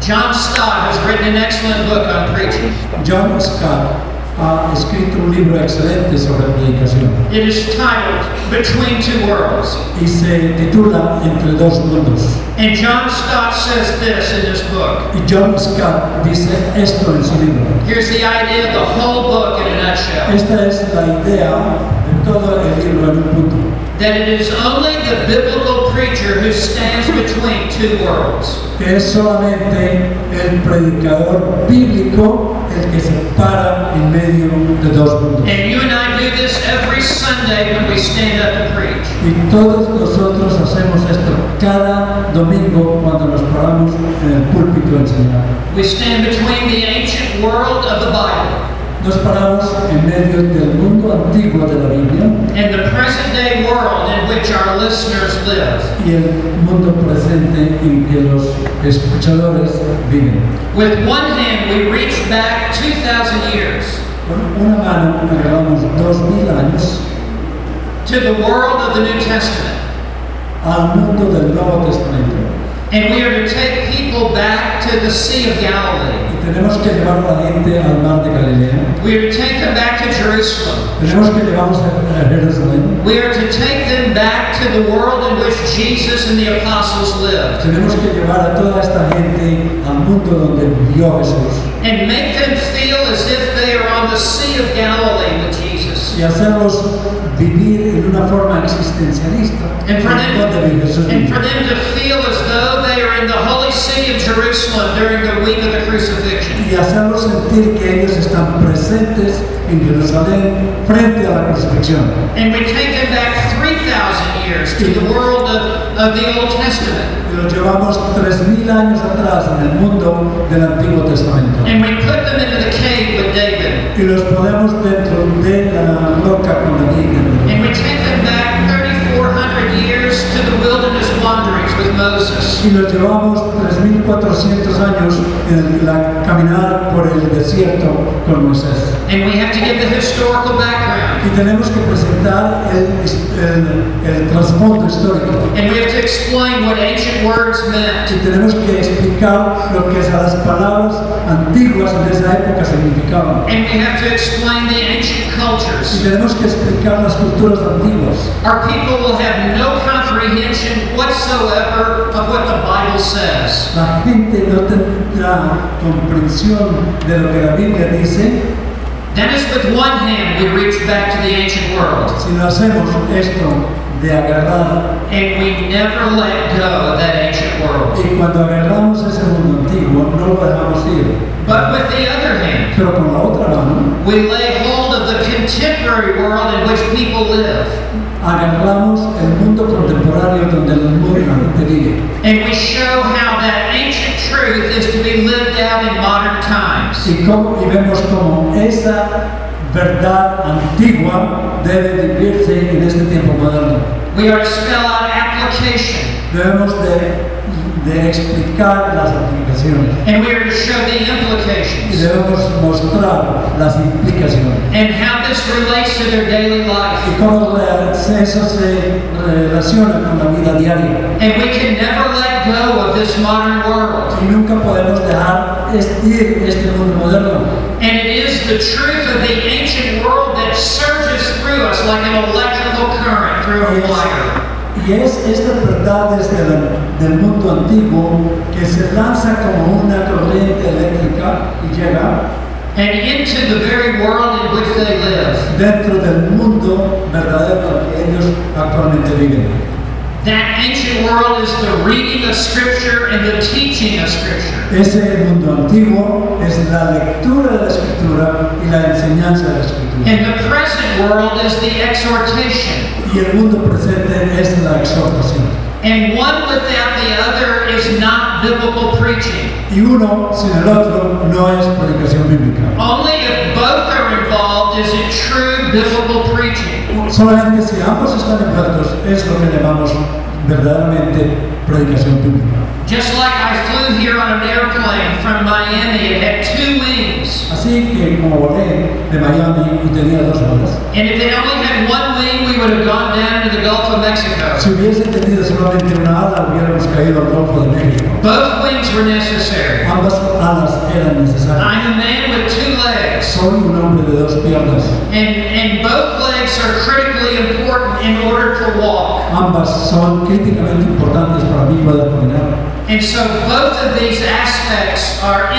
B: John Stott has written an excellent book on preaching.
A: John Scott ha escrito un libro excelente sobre predicación
B: It is titled Between Two Worlds.
A: y se titula Entre dos mundos.
B: And John Stott says this in this book.
A: Y John Scott dice esto en su libro.
B: Here's the idea of the whole book in a nutshell
A: Esta es la idea de todo el libro en un punto.
B: that it is only the biblical preacher who stands between two worlds.
A: Que es solamente el predicador bíblico el que se para en medio de dos mundos.
B: And you and I do this every Sunday when we stand up and preach.
A: Y todos nosotros hacemos esto cada domingo cuando nos paramos en el púlpito a enseñar.
B: We stand between the ancient world of the Bible
A: Dos parados en medio del mundo antiguo de la Biblia
B: and the present day world in which our listeners live,
A: y el mundo presente en que los escuchadores viven.
B: with one hand we reach back 2,000 years
A: Con una mano agregamos dos mil años
B: to the world of the New Testament,
A: al mundo del Nuevo Testamento
B: and we are to take people back to the Sea of Galilee.
A: y tenemos que llevar a la gente al mar de Galilea.
B: We are to take them back to Jerusalem.
A: Tenemos que llevarlos a a Jerusalén.
B: We are to take them back to the world in which Jesus and the apostles lived
A: Tenemos que llevar a toda esta gente al mundo donde vivió Jesús.
B: and make them feel as if they are on the Sea of Galilee with Jesus.
A: y hacerlos vivir en una forma existencialista.
B: And for,
A: Donde
B: them,
A: vive Jesús
B: and for them to feel as though they are in the holy city of Jerusalem during the week of the crucifixion.
A: y hacerlos sentir que ellos están presentes en Jerusalén frente a la crucifixión.
B: And we take them back 3,000 years to the world of, of the Old Testament.
A: Y Los llevamos 3.000 años atrás en el mundo del Antiguo Testamento.
B: And we put them into the cave with David.
A: Y los ponemos dentro de la roca con David.
B: And we take them back 3,400 years to the wilderness wanderings with Moses.
A: Y los llevamos 3.400 años en la caminar por el desierto con Moisés.
B: And we have to give the historical background.
A: y tenemos que presentar el, el, el trasfondo histórico
B: And we have to explain what ancient words
A: y
B: meant.
A: tenemos que explicar lo que esas palabras antiguas de esa época significaban
B: And we have to explain the ancient
A: y
B: cultures.
A: tenemos que explicar las culturas antiguas
B: Our people will have no comprehension whatsoever of what the Bible says.
A: la gente no tendrá comprensión de lo que la Biblia dice
B: That is, with one hand, we reach back to the ancient world,
A: si no hacemos esto de agarrar
B: and we never let go of that ancient world.
A: y cuando agarramos ese mundo antiguo no lo dejamos ir
B: But with the other hand,
A: pero con la otra mano
B: we lay hold of the contemporary world in which people live,
A: agarramos el mundo contemporáneo donde el mundo la gente vive
B: and we show how that ancient truth is to be lived out in modern times.
A: y, cómo- y vemos cómo esa verdad antigua debe vivirse en este tiempo moderno.
B: We are to spell out application,
A: Debemos de, de explicar las aplicaciones
B: and we are to show the
A: y
B: implications,
A: debemos pues, mostrar las implicaciones
B: and how this relates to their daily life.
A: y cómo re- se- eso se relaciona con la vida diaria.
B: And we can never let go of this modern world.
A: Y nunca podemos dejar es- ir este mundo moderno.
B: And it is the truth of the ancient world that surges through us like an electrical current through a wire.
A: Y es esta verdad desde el- del mundo antiguo que se lanza como una corriente eléctrica y llega
B: And into the very world in which they live.
A: dentro del mundo verdadero que ellos actualmente viven.
B: That ancient world is the reading of Scripture and the teaching of Scripture.
A: Ese mundo antiguo es la lectura de la escritura y la enseñanza de la escritura.
B: And the present world is the exhortation.
A: Y el mundo presente es la exhortación.
B: And one without the other is not biblical preaching.
A: Y uno sin el otro no es predicación bíblica.
B: Only if both are involved is it true biblical preaching.
A: Solamente si ambos están envueltos es lo que llamamos verdaderamente predicación bíblica.
B: Just like I flew here on an airplane from Miami, it had two wings.
A: Así que como volé de Miami y tenía dos horas,
B: And if it only had one wing, we would have gone down into the Gulf of Mexico.
A: si hubiese tenido solamente una ala hubiéramos caído al Golfo de México.
B: Both wings were necessary.
A: Ambas alas eran necesarias.
B: I'm a man with two legs,
A: Soy un hombre de dos piernas.
B: and, and both legs are critically important in order to walk.
A: Ambas son críticamente importantes para mí poder caminar.
B: And so both of these aspects are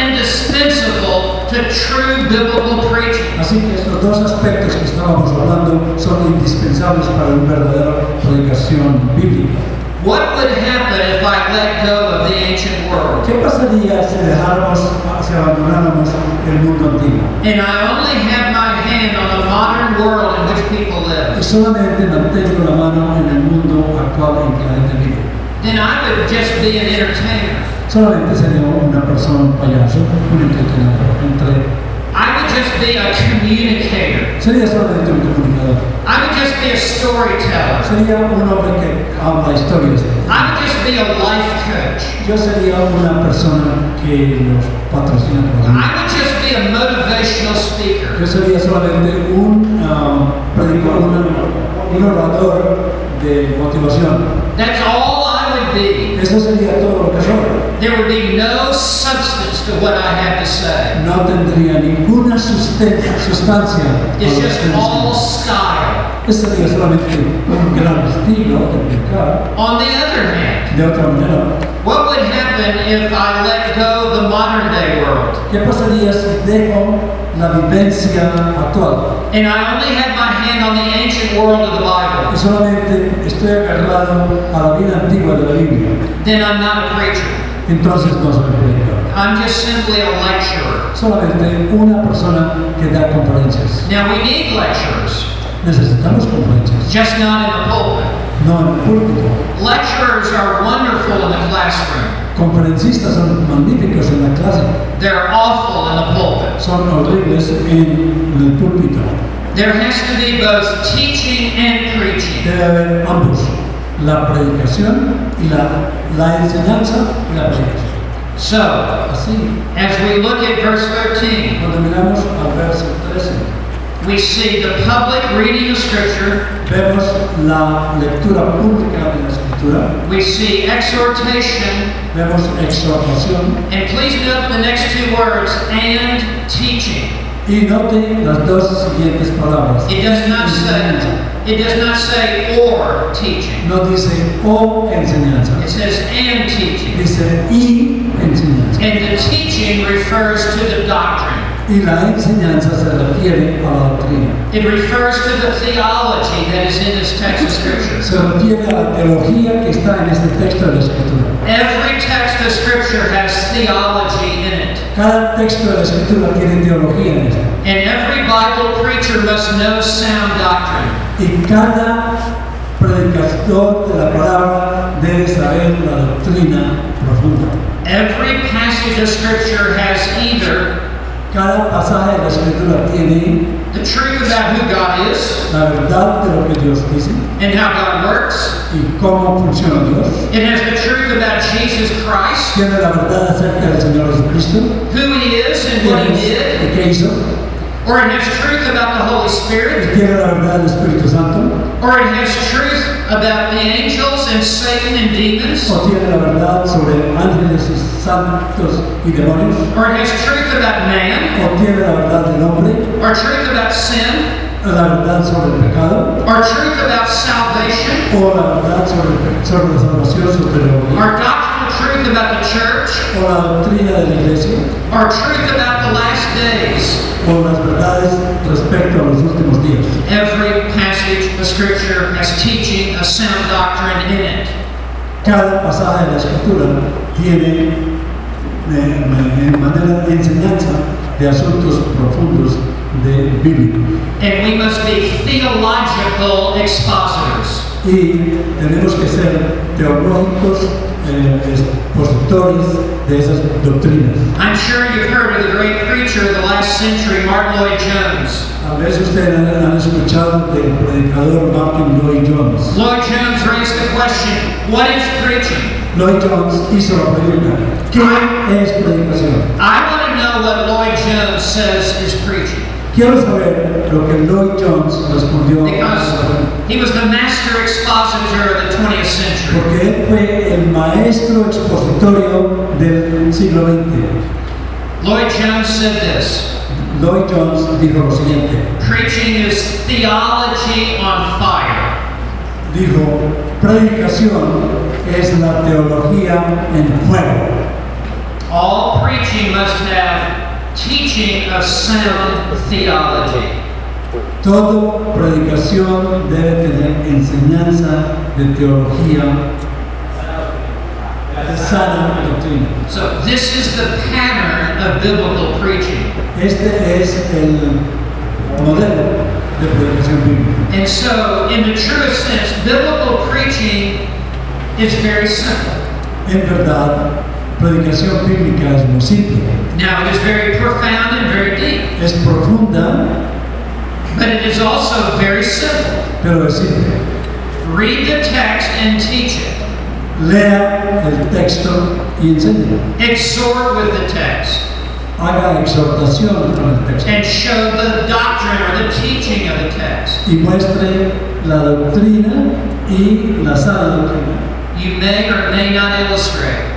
B: indispensable to true biblical preaching.
A: Así que estos dos aspectos que estábamos hablando son indispensables para una verdadera predicación bíblica.
B: What would happen if I let go of the ancient world?
A: ¿Qué pasaría si dejáramos, si abandonáramos el mundo antiguo?
B: And I only have my hand on the modern world in which people
A: Y
B: live.
A: solamente mantengo la mano en el mundo actual en que la gente vive.
B: Then I would just be an entertainer.
A: Solamente sería una persona, un payaso, un entretenedor, entre
B: I would would just be a communicator.
A: Sería solamente un comunicador.
B: I would just be a storyteller.
A: Sería un hombre que habla historias.
B: I would just be a life coach.
A: Yo sería una persona que los patrocina. con amor.
B: I would just be a motivational speaker.
A: Yo sería solamente un ah, predicador, un- un orador de motivación.
B: That's all I would be.
A: Eso sería todo lo que soy.
B: There would be no substance to what I have to say.
A: No tendría ninguna susten- sustancia. para
B: It's
A: lo que
B: just
A: estoy diciendo.
B: all style.
A: Eso sería solamente un gran estilo de predicar.
B: On the other hand,
A: De otra manera,
B: what would happen if I let go of the modern day world
A: ¿qué pasaría si dejo la vivencia actual?
B: and I only had my hand on the ancient world of the
A: Y
B: Bible?
A: solamente estoy agarrado a la vida antigua de la Biblia.
B: Then I'm not a preacher.
A: Entonces no soy predicador.
B: I'm just simply a lecturer.
A: Solamente una persona que da conferencias.
B: Now we need lecturers,
A: Necesitamos conferencias,
B: just not in the pulpit.
A: no en el púlpito.
B: Lecturers are wonderful in the classroom.
A: Conferencistas son magníficos en la clase,
B: They're awful in the pulpit.
A: son horribles en el púlpito.
B: There has to be both teaching and preaching.
A: Debe haber ambos, la predicación y la, la enseñanza y la predicación.
B: So,
A: Así,
B: as we look at verse 13,
A: cuando miramos al verso 13,
B: we see the public reading of Scripture,
A: vemos la lectura pública de la escritura,
B: we see exhortation,
A: vemos exhortación
B: and please note the next two words, and teaching.
A: y note las dos siguientes palabras.
B: It does not say, it does not say or teaching.
A: No dice o enseñanza,
B: It says and teaching.
A: dice y enseñanza.
B: And the teaching refers to the doctrine.
A: Y la enseñanza se refiere a la doctrina.
B: It refers to the theology that is in this text of Scripture.
A: Se refiere a la teología que está en este texto de la Escritura.
B: Every text of Scripture has theology in it.
A: Cada texto de la Escritura tiene teología en este.
B: And every Bible preacher must know sound doctrine.
A: Y cada predicador de la palabra debe saber la doctrina profunda.
B: Every passage of Scripture has either
A: Cada pasaje de la Escritura tiene
B: the truth about who God is
A: la verdad de lo que Dios dice
B: and how God works,
A: y cómo funciona Dios.
B: it has the truth about Jesus Christ,
A: Tiene la verdad acerca del Señor Jesucristo.
B: who He is and what
A: Tiene
B: He did,
A: y qué hizo.
B: or it has truth about the Holy Spirit,
A: Y tiene la verdad del Espíritu Santo.
B: or it has truth about the angels and Satan and demons,
A: o tiene la verdad sobre ángeles y santos y demonios,
B: or it has truth about man,
A: o tiene la verdad del hombre,
B: or truth about sin,
A: o la verdad sobre el pecado,
B: or truth about salvation,
A: o la verdad sobre, sobre la salvación, sobre el hombre,
B: or doctrinal truth about the church.
A: o la doctrina de la iglesia,
B: Our truth about the last days.
A: o las verdades respecto a los últimos días.
B: Every passage of Scripture has teaching a sound doctrine in it.
A: Cada pasaje de la escritura tiene eh, ma- manera de enseñanza de asuntos profundos de bíblicos.
B: And we must be theological expositors.
A: y tenemos que ser teológicos eh, expositores de esas doctrinas.
B: I'm sure you've heard of the great preacher of the last century, Martin Lloyd Jones.
A: A veces ustedes han, han escuchado del predicador Martin Lloyd Jones.
B: Lloyd Jones raised the question what is preaching?
A: Lloyd Jones hizo la pregunta, ¿qué es predicación?
B: I want to know what Lloyd Jones says is preaching
A: Quiero saber lo que Lloyd Jones respondió,
B: because he was the master expositor of the 20th century.
A: porque él fue el maestro expositorio del siglo XX.
B: Lloyd Jones said this.
A: Lloyd Jones dijo lo siguiente,
B: Preaching is theology on fire.
A: Dijo, predicación es la teología en fuego.
B: All preaching must have teaching of sound theology.
A: Todo predicación debe tener enseñanza de teología de sana doctrina.
B: So this is the pattern of biblical preaching.
A: Este es el modelo de predicación bíblica.
B: And so, in the truest sense, biblical preaching is very simple.
A: En verdad, predicación bíblica es muy simple,
B: Now, it is very profound and very deep.
A: es es profunda,
B: but it is also very simple.
A: pero es simple.
B: Read the text and teach it.
A: Lea el texto y enséñelo.
B: Exhort with the text
A: Haga exhortación con el texto
B: and show the doctrine or the teaching of the text.
A: y muestre la doctrina y la sana doctrina.
B: You may or may not illustrate.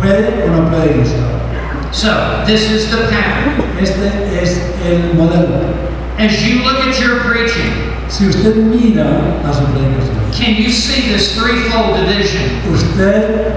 A: Puede o no puede ilustrar.
B: So, this is the pattern.
A: Este es el modelo.
B: As you look at your preaching,
A: Si usted mira a su predicación,
B: can you see this threefold division?
A: usted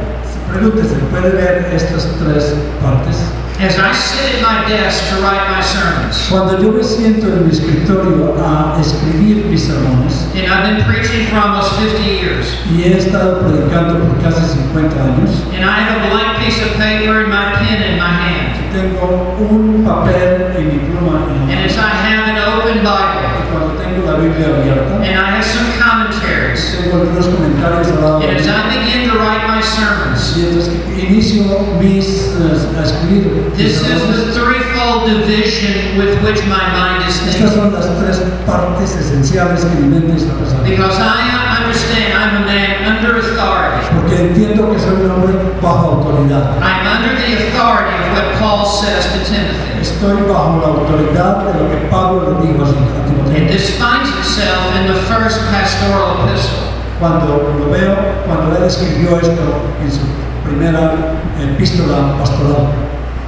A: pregúntese, ¿puede ver estas tres partes?
B: As I sit at my desk to write my sermons,
A: Cuando yo me siento en mi escritorio a escribir mis sermones,
B: and I've been preaching for almost 50 years,
A: y he estado predicando por casi 50 años,
B: and I have a blank piece of paper and my pen in my hand,
A: Tengo un papel y mi pluma en la
B: and as
A: mano.
B: I have an open Bible,
A: Y Cuando tengo la Biblia abierta,
B: and I have some commentaries,
A: tengo algunos comentarios al lado.
B: and as I begin to write my sermons,
A: Y entonces inicio mis eh, a escribir. mis
B: this is
A: trabajos.
B: the threefold division with which my mind is
A: Estas
B: thinking.
A: son las tres partes esenciales que mi mente está pensando.
B: Because I understand I'm a man under authority.
A: Porque entiendo que soy un hombre bajo autoridad.
B: I'm under the authority of what Paul says to Timothy.
A: Estoy bajo la autoridad de lo que Pablo le dijo a a Timoteo.
B: It defines itself in the first pastoral epistle.
A: Cuando lo veo, cuando él escribió esto en su primera epístola pastoral.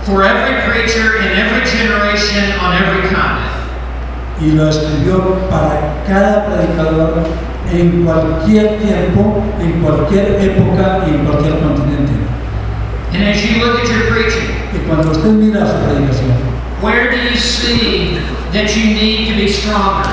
B: For every preacher in every generation on every continent,
A: y lo escribió para cada predicador en cualquier tiempo, en cualquier época y en cualquier continente.
B: and as you look at your preaching,
A: Y cuando usted mira su predicación,
B: where do you see that you need to be stronger?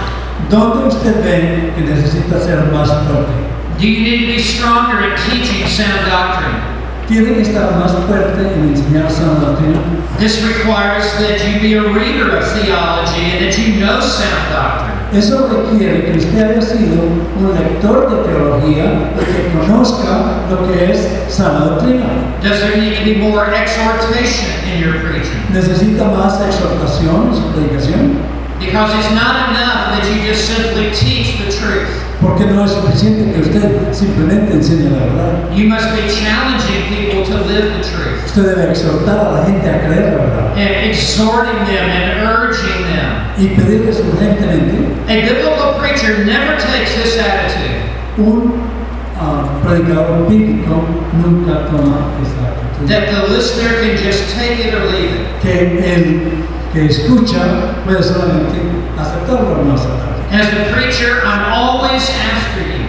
A: ¿dónde usted ve que necesita ser más fuerte?
B: Do you need to be stronger in teaching sound doctrine?
A: Tiene que estar más fuerte en enseñar sana doctrina.
B: This requires that you be a reader of theology and that you know sound doctrine.
A: Eso requiere que usted haya sido un lector de teología y que conozca lo que es sana doctrina.
B: Does there need to be more exhortation in your preaching?
A: Necesita más exhortación en su predicación.
B: Because it's not enough that you just simply teach the truth.
A: Porque no es suficiente que usted simplemente enseñe la verdad.
B: You must be challenging people to live the truth
A: Usted debe exhortar a la gente a creer la verdad
B: and exhorting them and urging them.
A: y pedirles urgentemente.
B: A biblical preacher never takes this attitude
A: Un ah, predicador bíblico nunca toma esa actitud.
B: that the listener can just take it or leave it.
A: Que el que escucha puede solamente aceptarlo o no aceptarlo.
B: As a preacher, I'm always after you.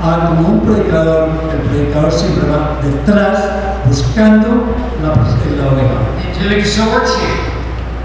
A: Ah, como un predicador, el predicador siempre va detrás buscando la, la oveja
B: and to exhort you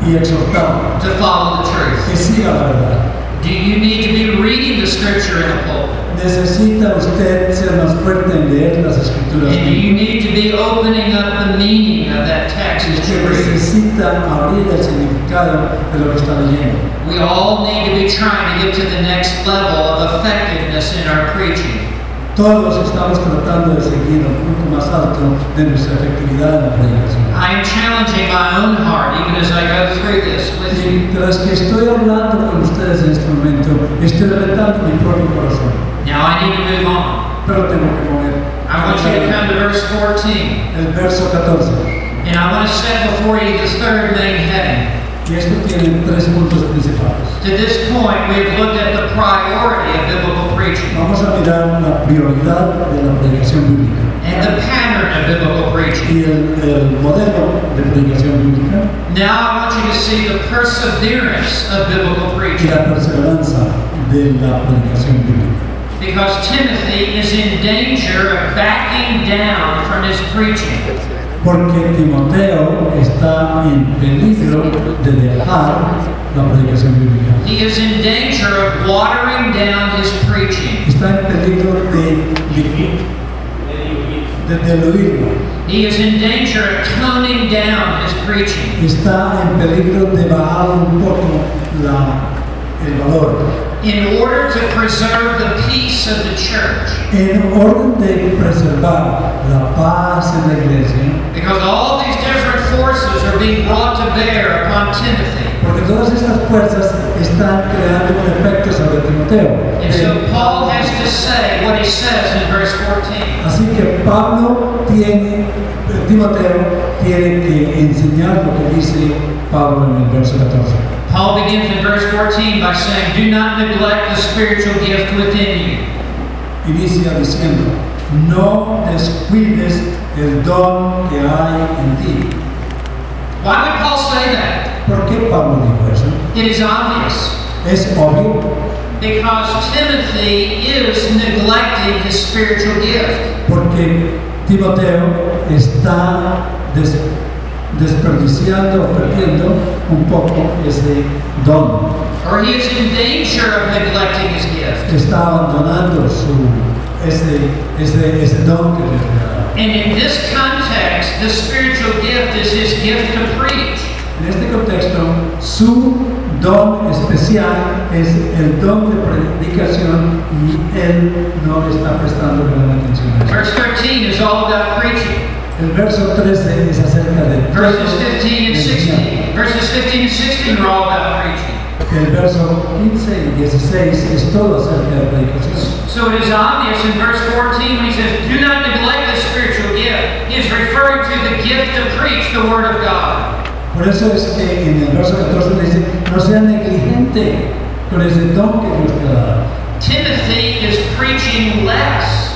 A: y exhortarlo
B: to follow the truth.
A: que siga la verdad.
B: Do you need to be reading the scripture in the pulpit?
A: Necesita usted ser más fuerte en leer las escrituras.
B: And do you need to be opening up the meaning of that text
A: Y
B: as you
A: usted
B: read?
A: necesita abrir el significado de lo que está leyendo.
B: We all need to be trying to get to the next level of effectiveness in our preaching.
A: Todos estamos tratando de seguir el punto más alto de nuestra efectividad en la predicación.
B: I am challenging my own heart even as I go through this with you.
A: Mientras que estoy hablando con ustedes en este momento, estoy retando mi propio corazón,
B: Now I need to move on.
A: pero tengo que mover.
B: I want you to come to verse 14,
A: El verso 14.
B: and I want to set before you the third main heading.
A: Y esto tiene tres puntos principales.
B: To this point, we've looked at the priority of biblical preaching
A: Vamos a mirar la prioridad de la predicación bíblica
B: and the pattern of biblical preaching.
A: y el, el modelo de predicación bíblica
B: Now I want you to see the perseverance of biblical
A: y
B: preaching
A: la perseverancia de la predicación bíblica.
B: because Timothy is in danger of backing down from his preaching.
A: Porque Timoteo está en peligro de dejar la predicación bíblica.
B: He is in danger of watering down his preaching.
A: Está en peligro de de diluirlo.
B: He is in danger of toning down his preaching.
A: Está en peligro de bajar un poco la- el valor.
B: In order to preserve the peace of the church,
A: En orden de preservar la paz en la iglesia,
B: because all these different forces are being brought to bear upon Timothy.
A: Porque todas estas fuerzas están creando un efecto sobre Timoteo.
B: And so Paul has to say what he says in verse 14.
A: Así que Pablo tiene, Timoteo tiene que enseñar lo que dice Pablo en el verso 14.
B: Paul begins in verse 14 by saying, Do not neglect the spiritual gift within you.
A: Inicia diciendo, no descuides el don que hay en ti.
B: Why would Paul say that?
A: ¿Por qué Pablo dijo eso?
B: It is obvious.
A: Es obvio,
B: Because Timothy is neglecting his spiritual gift.
A: porque Timoteo está des- desperdiciando, perdiendo un poco ese don.
B: Or he is in danger of neglecting his gift.
A: está abandonando su, ese, ese, ese don que le regalaron.
B: And in this context, the spiritual gift is his gift to preach.
A: En este contexto, su don especial es el don de predicación y él no le está prestando gran atención a eso.
B: Verse 13 is all about preaching.
A: El verso 13 es acerca de...
B: Verses 15 and 16. Verses 15 and 16 are all about preaching.
A: El verso 15 y 16 es todo acerca de predicación.
B: So it is obvious in verse 14 when he says, Do not neglect the spiritual gift. He is referring to the gift to preach the word of God.
A: Por eso es que en el verso 14 le dice, no sea negligente con ese don que Dios te ha dado.
B: Timothy is preaching less.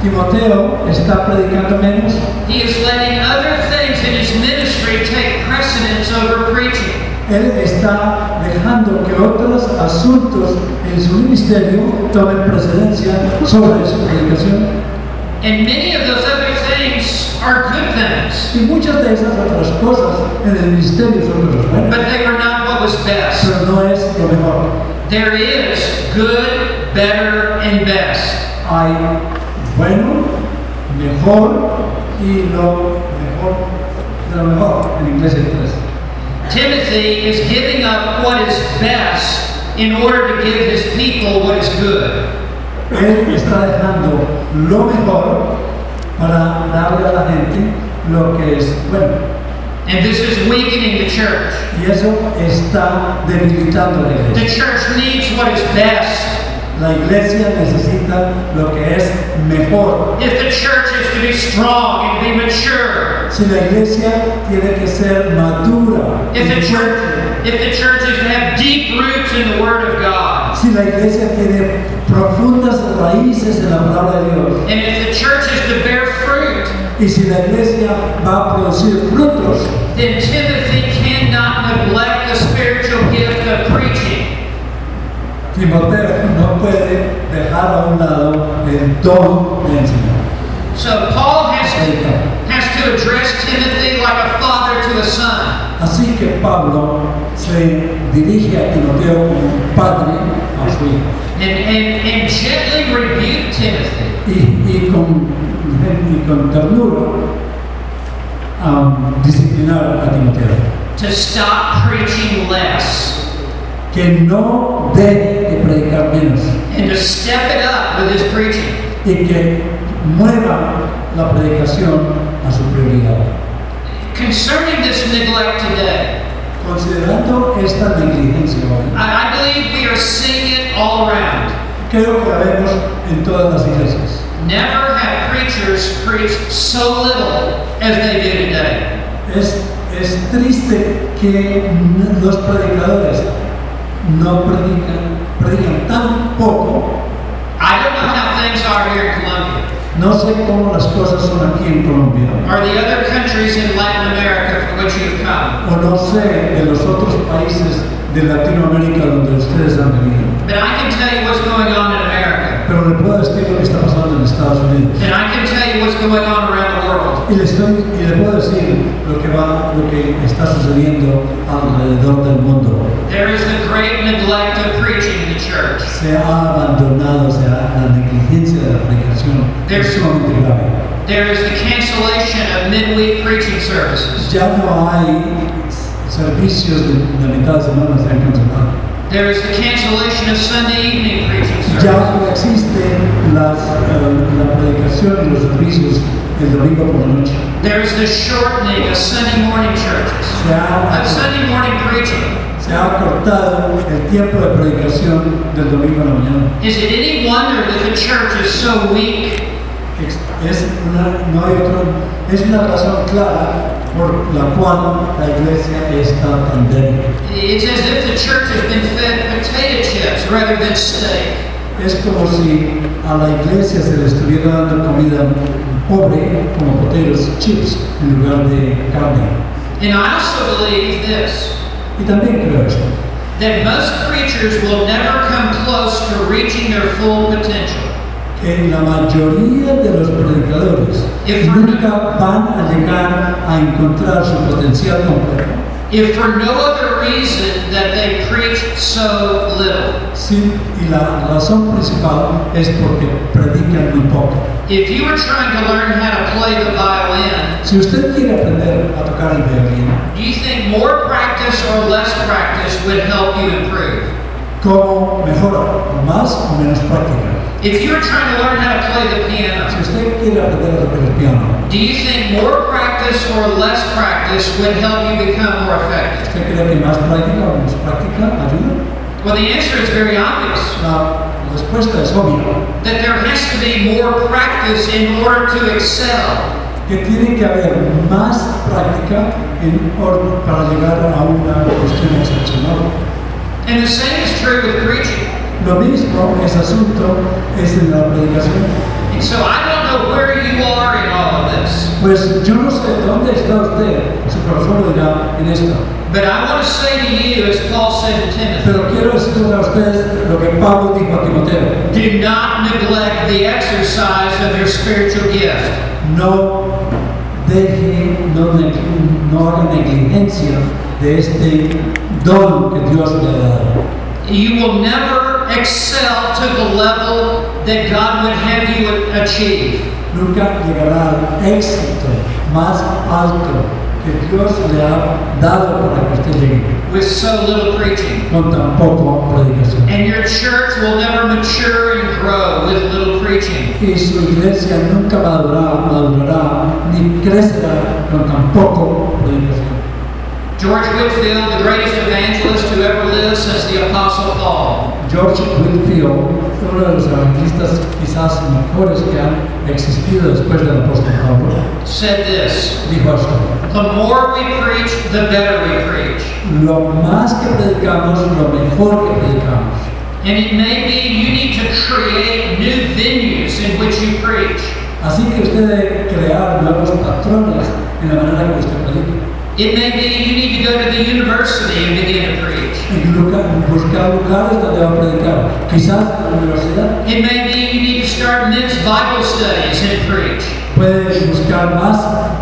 A: Timoteo está predicando menos,
B: He is letting other things in his ministry take precedence over preaching.
A: él está dejando que otros asuntos en su ministerio tomen precedencia sobre su predicación.
B: And many of those other things are good things,
A: Y muchas de esas otras cosas en el ministerio son de los buenos,
B: but they were not what was best.
A: pero no es lo mejor.
B: There is good, better, and best.
A: Hay bueno, mejor y lo mejor de lo mejor. En inglés hay tres.
B: Timothy is giving up what is best in order to give his people what is good.
A: Él está dejando lo mejor para darle a la gente lo que es bueno.
B: And this is weakening the church.
A: Y eso está debilitando la
B: The
A: iglesia.
B: church needs what is best.
A: La iglesia necesita lo que es mejor.
B: If the church is to be strong and be mature,
A: Si la iglesia tiene que ser madura,
B: If the
A: y fuerte,
B: church, if the church is to have deep roots in the Word of God,
A: si la iglesia tiene profundas raíces en la palabra de Dios,
B: and if the church is to bear fruit,
A: y si la iglesia va a producir frutos,
B: then Timothy cannot neglect the spiritual gift of preaching.
A: Timoteo no puede dejar a un lado el don de enseñar.
B: So Paul has to,
A: Predicar.
B: has to address Timothy like a father to a son.
A: Así que Pablo se dirige a Timoteo como padre a su hijo.
B: And, and, and gently rebuke Timothy.
A: y, y con, y con ternura am, disciplinar a Timoteo
B: To stop preaching less
A: que no deje de predicar menos
B: and to step it up with his preaching.
A: y que mueva la predicación a su prioridad.
B: Concerning this neglect today,
A: Considerando esta negligencia, hoy,
B: I, I believe we are seeing it all around.
A: creo que la vemos en todas las iglesias.
B: Never have preachers preached so little as they do today.
A: Es, es triste que n- los predicadores no predican, predican tan poco
B: I don't know how things are here in Colombia
A: No sé cómo las cosas son aquí en Colombia,
B: or the other countries in Latin America from which you've come,
A: o no sé de los otros países de Latinoamérica donde ustedes han venido,
B: but I can tell you what's going on in America,
A: pero le puedo decir lo que está pasando en Estados Unidos.
B: and I can tell you what's going on around the world.
A: Y le, estoy- y le puedo decir lo que, va, lo que está sucediendo alrededor del mundo.
B: There is the great neglect of preaching in the church.
A: Se ha abandonado, o sea, la negligencia de la predicación es sumamente grave.
B: There is the cancellation of midweek preaching services.
A: Ya no hay servicios de, de mitad de semana, se han cancelado.
B: There is the cancellation of Sunday evening preaching service.
A: Ya no existen las, eh, la predicación y los servicios el domingo por la noche.
B: There is the shortening of Sunday morning churches.
A: Se ha,
B: Of Sunday morning preaching.
A: se ha cortado el tiempo de predicación del domingo a la mañana.
B: Is it any wonder that the church is so weak?
A: Es, es una, no hay otro- es una razón clara por la cual la iglesia está tan débil.
B: It's as if the church has been fed potato chips rather than steak.
A: Es como si a la iglesia se le estuviera dando comida pobre, como poteros, chips, en lugar de carne.
B: And I also believe this
A: Y también creo esto,
B: that most preachers will never come close to reaching their full potential.
A: que la mayoría de los predicadores
B: If-
A: nunca van a llegar a encontrar su potencial completo,
B: If for no other reason that they preach so little.
A: Sí, y la razón principal es porque predican muy poco.
B: If you were trying to learn how to play the violin,
A: Si usted quiere aprender a tocar el violín,
B: do you think more practice or less practice would help you improve?
A: ¿cómo mejora? ¿Con ¿Más o menos práctica?
B: If you were trying to learn how to play the
A: Si
B: piano,
A: usted quiere aprender a tocar el piano,
B: do you think more practice or less practice would help you become more effective?
A: ¿Usted cree que más práctica o menos práctica ayuda?
B: Well, the answer is very obvious.
A: La respuesta es obvia,
B: that there has to be more practice in order to excel.
A: que tiene que haber más práctica en or- para llegar a una cuestión excepcional.
B: And the same is true with preaching.
A: Lo mismo es asunto es en la predicación.
B: And so I don't know where you are in all of this,
A: Pues yo no sé dónde está usted, su corazón lo dirá en esto,
B: but I want to say to you, as Paul said to Timothy,
A: pero quiero decirle a ustedes lo que Pablo dijo a Timoteo.
B: do not neglect the exercise of your spiritual gift.
A: No deje, no, neg- no haga negligencia de este don que Dios le ha dado.
B: You will never excel to the level that God would have you achieve
A: nunca llegará al éxito más alto que Dios le ha dado para que usted llegue,
B: with so little preaching.
A: con tan poco predicación.
B: And your church will never mature and grow with little preaching.
A: Y su iglesia nunca madurará, madurará ni crecerá con tan poco predicación.
B: George Whitfield, the greatest evangelist who ever lived since the Apostle Paul,
A: George Whitfield, uno de los evangelistas quizás mejores que han existido después del apóstol Pablo,
B: said this
A: dijo esto.
B: The more we preach, the better we preach.
A: Lo más que predicamos, lo mejor que predicamos.
B: And it may be you need to create new venues in which you preach.
A: Así que usted debe crear nuevos patrones en la manera que usted predica.
B: It may be you need to go to the university and begin to preach.
A: En lugar- buscar lugares donde va a predicar. Quizás en la universidad
B: It may be you need to start men's Bible studies and preach.
A: puede buscar más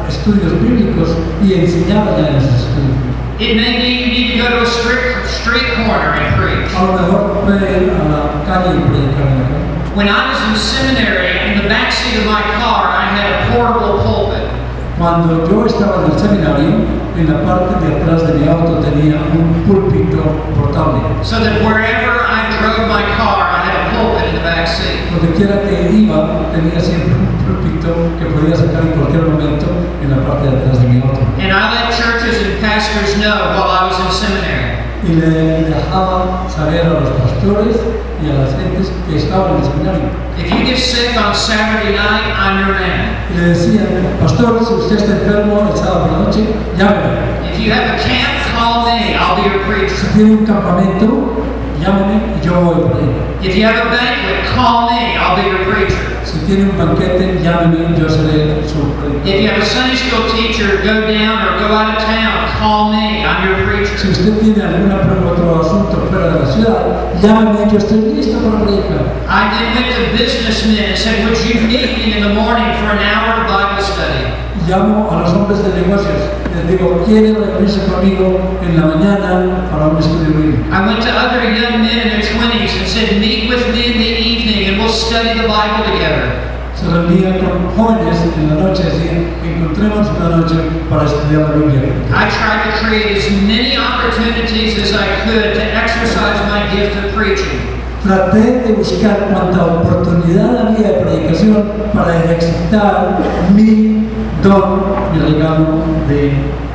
A: estudios bíblicos y enseñar allá en esos estudios.
B: It may be you need to go to a street, street corner and preach.
A: A lo mejor puede ir a la calle y predicar en la calle.
B: When I was in seminary, in the backseat of my car, I had a portable pulpit.
A: Cuando yo estaba en el seminario, en la parte de atrás de mi auto tenía un púlpito portable.
B: so that wherever I drove my car, I had a pulpit in the back seat.
A: Donde quiera que iba, tenía siempre un púlpito que podía sacar en cualquier momento en la parte de atrás de mi auto.
B: And I let churches and pastors know while I was in seminary
A: y le dejaba saber a los pastores y a las gentes que estaban en el seminario.
B: if you get sick on Saturday night, I'm your man.
A: Y le decían, pastor, si usted está enfermo el sábado por la noche, llámeme.
B: If you have a camp, call me. I'll be your
A: Si
B: preacher.
A: tiene un campamento, llámeme y yo voy por él.
B: If you have a banquet, call me. I'll be your preacher.
A: Si tiene un banquete, llámeme y yo seré su predicador.
B: If you have a Sunday school teacher, go down or go out of town, call me. I'm your
A: Si
B: preacher.
A: usted tiene alguna prueba otro asunto fuera de la ciudad, llámeme y yo estoy listo para predicar.
B: I then went to businessmen and said, would you meet me in the morning for an hour of Bible study?
A: Llamo a los hombres de negocios, les digo, ¿quieren reunirse conmigo en la mañana para un estudio bíblico?
B: I went to other young men in their 20s and said, Meet with me in the evening and we'll study the Bible together.
A: Se reunía con jóvenes en la noche, decían, encontremos una noche para estudiar la Biblia.
B: I tried to create as many opportunities opportunities as I could to exercise my gift of preaching.
A: Traté de buscar cuanta oportunidad había de predicación para ejercitar mi don, mi regalo de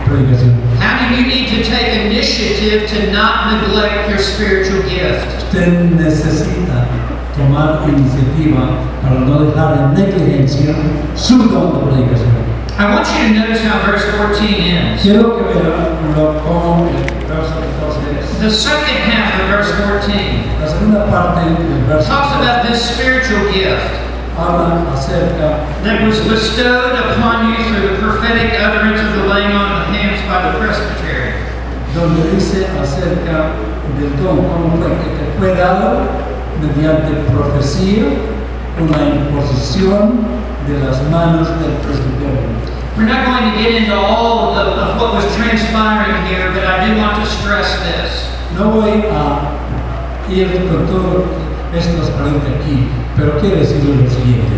A: predicación.
B: How do you need to take initiative to not neglect your spiritual gift?
A: Usted necesita tomar iniciativa para no dejar en negligencia su don de predicación.
B: I want you to notice how verse 14 ends.
A: Quiero que vean lo- cómo el verso 14 es.
B: The second half of verse 14
A: La segunda parte del verso
B: talks about this spiritual gift
A: habla acerca
B: that was bestowed upon you through the prophetic utterance of the laying on of hands by the presbytery.
A: donde dice acerca del don, cómo fue que te fue dado mediante profecía con la imposición de las manos del presbiterio.
B: We're not going to get into all of, the, of what was transpiring here, but I do want to stress this.
A: No voy a ir con todo esto transparente aquí, pero quiero decirles lo siguiente.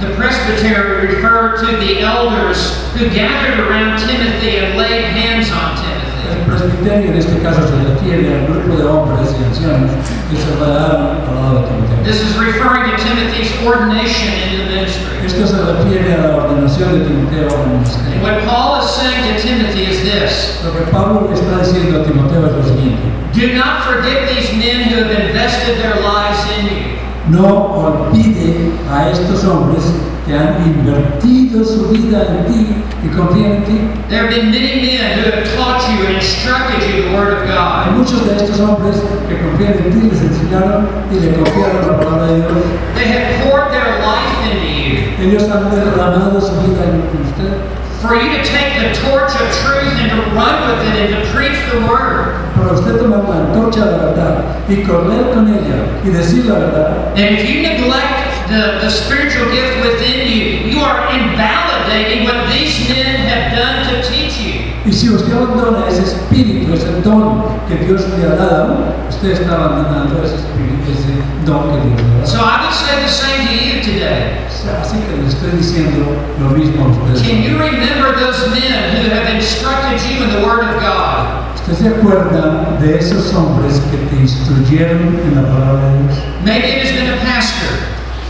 B: The presbytery referred to the elders who gathered around Timothy and laid hands on Timothy.
A: El presbiterio en este caso se refiere al grupo de hombres y ancianos que se rodearon al lado de Timoteo.
B: This is referring to Timothy's ordination in the ministry.
A: Esto se refiere a la ordenación de Timoteo al
B: And
A: ministerio.
B: what Paul is saying to Timothy is this
A: Lo que Pablo le está diciendo a Timoteo es lo siguiente.
B: Do not forget these men who have invested their lives in you.
A: No olvide a estos hombres que han invertido su vida en ti y confían en ti.
B: There have been many men who have taught you and instructed you the Word of
A: Hay
B: God.
A: muchos de estos hombres que confían en ti, les enseñaron y le confiaron la palabra de Dios.
B: They have poured their life into you.
A: Ellos han derramado su vida en en usted
B: For you to take the torch of truth and to run with it and to preach the word.
A: para usted tomar la antorcha de la verdad y correr con ella y decir la verdad.
B: And if you neglect the, the spiritual gift within you, you are invalidating what these men have done to teach you.
A: Y si usted abandona ese espíritu, ese don que Dios le ha dado, usted está abandonando ese espíritu, ese don que Dios le ha dado.
B: So I would say the same to you today.
A: Así que le estoy diciendo lo mismo a
B: Can
A: ustedes.
B: you remember those men who have instructed you in the word of God?
A: ¿Usted se acuerda de esos hombres que te instruyeron en la palabra de Dios?
B: Maybe it has been a pastor.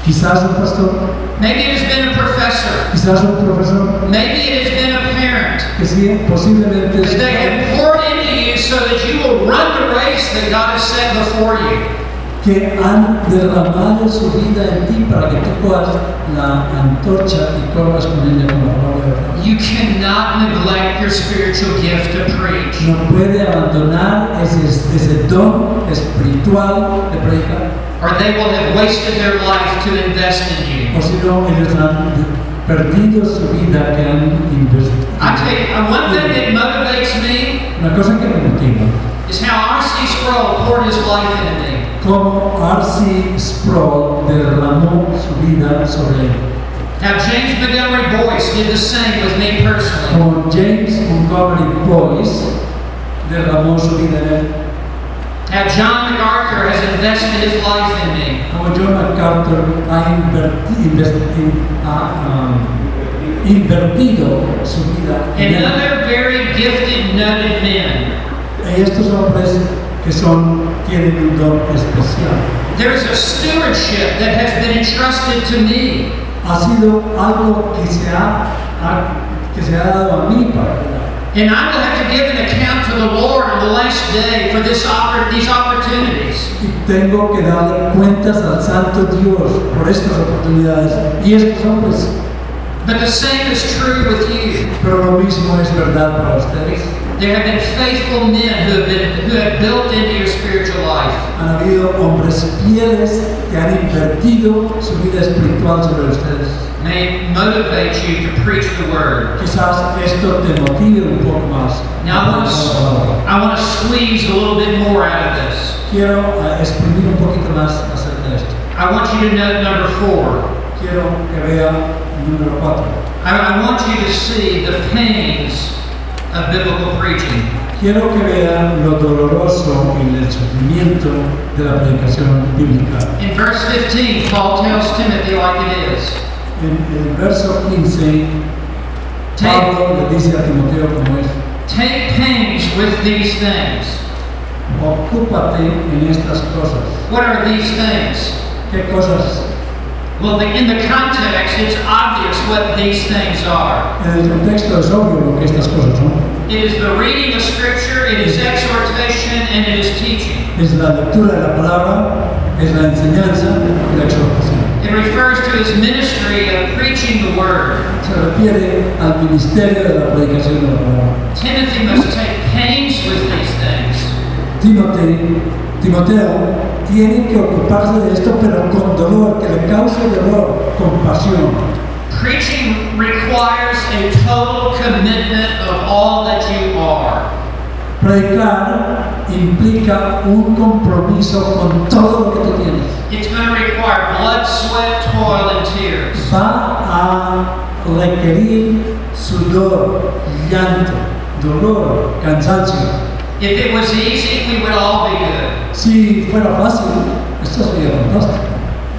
A: Quizás un pastor,
B: Maybe it has been a professor.
A: quizás un profesor,
B: Maybe it has been a parent.
A: que sí, posiblemente es-
B: They have poured into you so that you will run the race that God has set before you.
A: que han derramado su vida en ti para que tú puedas la antorcha y corras con ella con la palabra de Dios.
B: You cannot neglect your spiritual gift to preach.
A: No puede abandonar ese, ese don espiritual de predicar,
B: Or they will have wasted their life to invest in you.
A: o si no, ellos han perdido su vida que han invertido.
B: I tell you, uh, one thing that motivates me
A: Una cosa que me motiva,
B: is how R.C. Sproul poured his life into me.
A: cómo R.C. Sproul derramó su vida sobre él.
B: Now, James Montgomery Boyce did the same with me personally.
A: Como James Montgomery Boyce derramó su vida en él.
B: Now, John MacArthur has invested his life in me.
A: Como John MacArthur ha inverti- investi- ha, um, invertido su vida en él.
B: And other very gifted, noted men.
A: Y estos hombres que son, tienen un don especial.
B: There is a stewardship that has been entrusted to me.
A: Ha sido algo que se ha, ha- que se ha dado a mí para cuidar.
B: And I will have to give an account to the Lord on the last day for this oppor- these opportunities.
A: Y tengo que darle cuentas al Santo Dios por estas oportunidades y estos hombres.
B: But the same is true with you.
A: Pero lo mismo es verdad para ustedes.
B: There have been faithful men who have been who have built into your spiritual life.
A: Han habido hombres fieles que han invertido su vida espiritual sobre ustedes.
B: May it motivate you to preach the word.
A: Quizás esto te motive un poco más.
B: Now I want to I want to squeeze a little bit more out of this.
A: Quiero eh, exprimir un poquito más acerca de esto.
B: I want you to note number four.
A: Quiero que vean el número 4.
B: I, I want you to see the pains of biblical preaching.
A: Quiero que vean lo doloroso y el sufrimiento de la predicación bíblica.
B: In verse 15, Paul tells Timothy like it is.
A: En el verso 15,
B: Take,
A: Pablo le dice a Timoteo cómo es.
B: take pains with these things,
A: Ocúpate en estas cosas.
B: What are these things?
A: ¿Qué cosas?
B: Well, the, in the context, it's obvious what these things are.
A: En el contexto es obvio lo que estas cosas son.
B: It is the reading of Scripture, it is exhortation, and it is teaching.
A: Es la lectura de la palabra, es la enseñanza y la exhortación.
B: It refers to his ministry of preaching the word.
A: Se refiere al ministerio de la predicación de la palabra.
B: Timothy must take pains with these things.
A: Timoteo, Timoteo tiene que ocuparse de esto, pero con dolor, que le cause dolor, con pasión.
B: Preaching requires a total commitment of all that you are.
A: Predicar implica un compromiso con todo lo que tú tienes.
B: It's going to require blood, sweat, toil, and tears.
A: Va a requerir sudor, llanto, dolor, cansancio.
B: If it was easy, we would all be good.
A: Si fuera fácil, esto sería fantástico.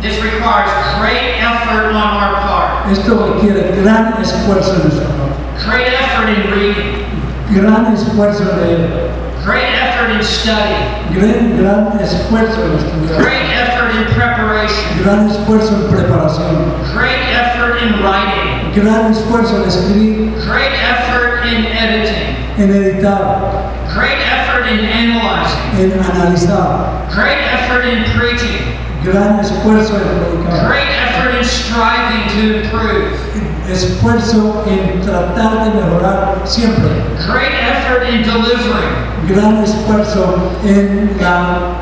B: This requires great effort on our part,
A: Esto requiere gran esfuerzo de nuestra parte,
B: great effort in reading,
A: gran esfuerzo de
B: great effort in study,
A: gran, gran esfuerzo de estudiar,
B: great effort in preparation,
A: gran esfuerzo en preparación,
B: great effort in writing,
A: gran esfuerzo en escribir,
B: great effort in editing,
A: en editar,
B: great effort in analyzing,
A: en analizar,
B: great effort in preaching,
A: gran esfuerzo en predicar,
B: great effort in striving to improve,
A: esfuerzo en tratar de mejorar siempre,
B: great effort in delivering.
A: gran esfuerzo en la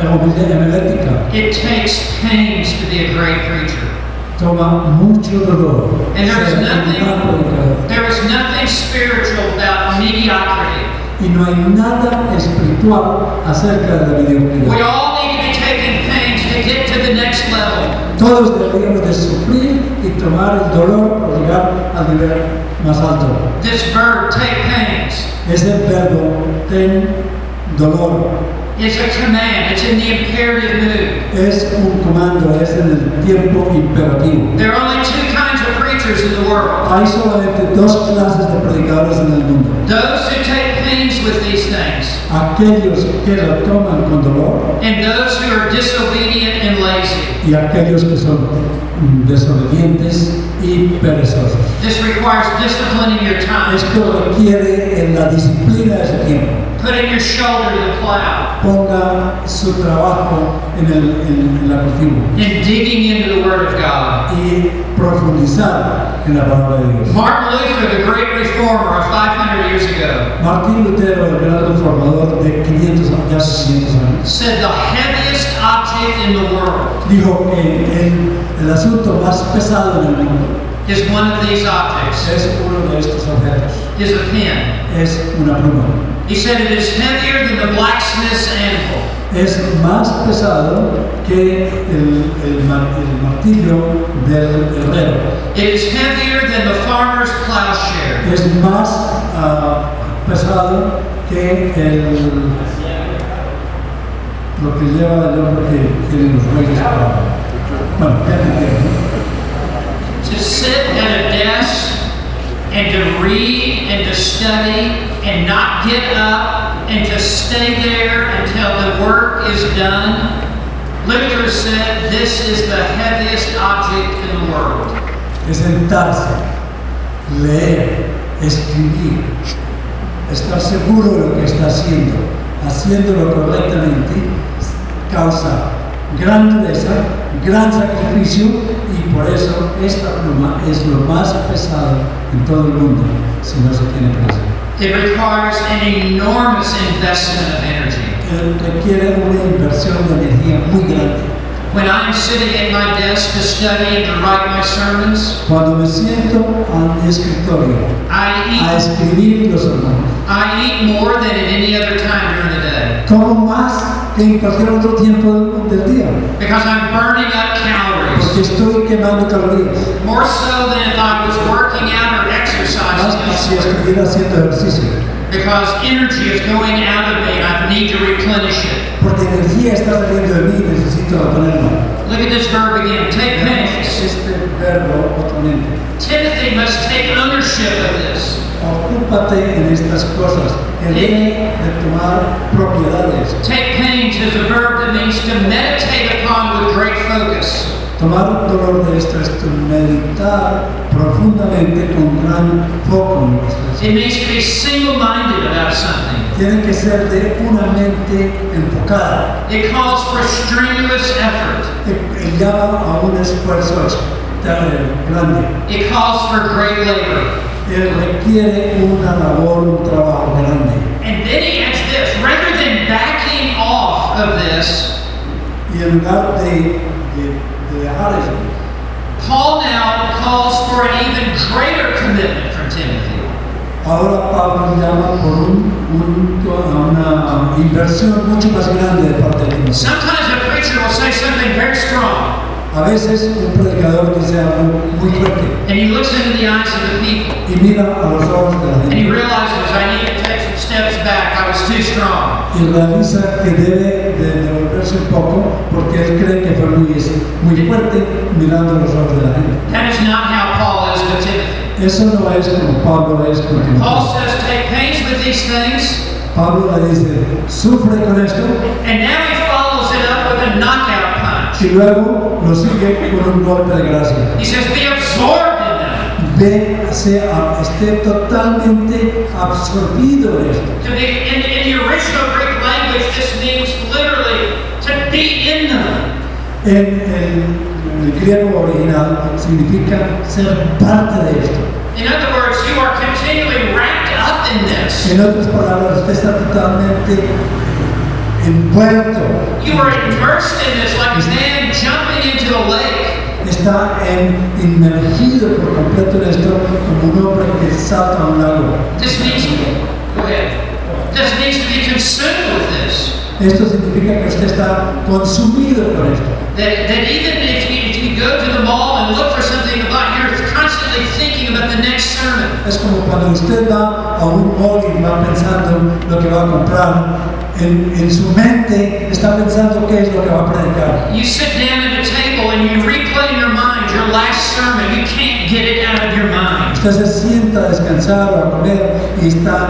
A: en la humildad, en la ética.
B: It takes pains to be a great preacher.
A: Toma mucho dolor.
B: And there is
A: ser
B: nothing-
A: un mal predicador.
B: There is nothing spiritual about mediocrity.
A: y no hay nada espiritual acerca de la mediocridad.
B: We all need to be taking pains to get to the next level.
A: Todos deberíamos de sufrir y tomar el dolor por llegar al nivel más alto.
B: This verb, take pains,
A: Ese verbo, ten dolor,
B: is a command. It's in the imperative mood.
A: es un comando, es en el tiempo imperativo.
B: There are only two kinds of preachers in the world.
A: Hay solamente dos clases de predicadores en el mundo.
B: Those who take pains with these things,
A: Aquellos que lo toman con dolor
B: and those who are disobedient and lazy.
A: y aquellos que son mm, desobedientes y perezosos.
B: This requires disciplining your time,
A: Esto requiere en la disciplina de su tiempo.
B: putting your shoulder to the plow,
A: ponga su trabajo en el, en, en la cultivo
B: and digging into the Word of God.
A: y profundizar en la palabra de Dios.
B: Martin Luther, the great reformer of 500 years ago,
A: Martín Lutero, el gran reformador de 500, a- ya hace 500 años,
B: said the heaviest object in the world
A: dijo que el, el asunto más pesado en el mundo
B: is one of these objects,
A: es uno de estos objetos,
B: is a pen.
A: es una pluma.
B: He said it is heavier than the blacksmith's anvil.
A: Es más pesado que el, el, mar- el martillo del herrero,
B: It is heavier than the farmer's plowshare.
A: es más ah, pesado que el lo que lleva el hombre que tiene los reyes para... Bueno, ya te entiendo, ¿no?
B: To sit at a desk and to read and to study and not get up and to stay there until the work is done. Luther said this is the heaviest object in the world.
A: es sentarse, leer, escribir, estar seguro de lo que está haciendo, haciéndolo correctamente, causa gran dureza, gran sacrificio y por eso esta pluma es lo más pesado en todo el mundo si no se tiene precio.
B: It requires an enormous investment of energy.
A: Eh, Requiere una inversión de energía muy grande.
B: When I'm sitting at my desk to study and to write my sermons,
A: Cuando me siento al escritorio a
B: I eat,
A: escribir los hermanos,
B: I eat more than at any other time during the day
A: como más que en cualquier otro tiempo del, del día,
B: because I'm burning up calories
A: porque estoy quemando calorías,
B: more so than if I was working out or
A: más
B: exercising
A: que Ah, si
B: elsewhere
A: estuviera haciendo ejercicio,
B: because energy is going out of me. and I need to replenish it.
A: porque energía está saliendo de mí y necesito reponerla.
B: Look at this verb again. Take
A: Veamos
B: pains.
A: Este verbo, otra mente.
B: Timothy must take ownership of this.
A: ocúpate en estas cosas, elige de tomar propiedades.
B: Take pains is a verb that means to meditate upon with great focus.
A: Tomar dolor de esto es tu meditar profundamente con gran foco. en las cosas.
B: It means to be single-minded about something.
A: Tiene que ser de una mente enfocada.
B: It calls for strenuous effort.
A: Eh, eh, Llama a un esfuerzo eh, grande.
B: It calls for great labor.
A: Eh, Requiere una labor, un trabajo grande.
B: And then he adds this, rather than backing off of this,
A: Y en lugar de, de- de dejar eso,
B: Paul now calls for an even greater commitment from Timothy.
A: ahora Pablo llama por un, un- a una inversión mucho más grande de parte de nosotros.
B: Sometimes a preacher will say something very strong,
A: A veces un predicador dice algo muy fuerte
B: and he looks into the eyes of the people,
A: y mira a los ojos de la
B: and he
A: gente
B: realizes, I need to take some steps back, I was too strong.
A: y realiza que debe de devolverse un poco porque él cree que fue muy, muy fuerte mirando a los ojos de la gente.
B: That is not how Paul is with Timothy.
A: Eso no es como Pablo es con
B: Paul
A: Timoteo.
B: says, take pains with these things,
A: Pablo le dice, sufre con esto
B: and now he follows it up with a knockout punch.
A: y luego lo sigue con un golpe de gracia.
B: He says, be absorbed in them.
A: Ve, sea, esté totalmente absorbido en esto.
B: To be in, in the original Greek language, this means literally to be in them.
A: En el, en el griego original significa ser parte de esto.
B: In other words, you are continually wrapped up in this.
A: En otras palabras, usted está totalmente envuelto,
B: You are immersed in this like a man jumping into a lake.
A: está en- inmergido por completo en esto como un hombre que salta a un lago.
B: This means, go ahead. This means to be consumed with this.
A: Esto significa que usted está consumido con esto.
B: That, that even if you, if you go to the mall and look for something to buy, you're constantly thinking about the next sermon.
A: Es como cuando usted va a un mall y va pensando lo que va a comprar. En, en su mente está pensando qué es lo que va a predicar.
B: You sit down at a table and you replay in your mind your last sermon. You can't get it out of your mind.
A: Usted se sienta a descansar o a comer y está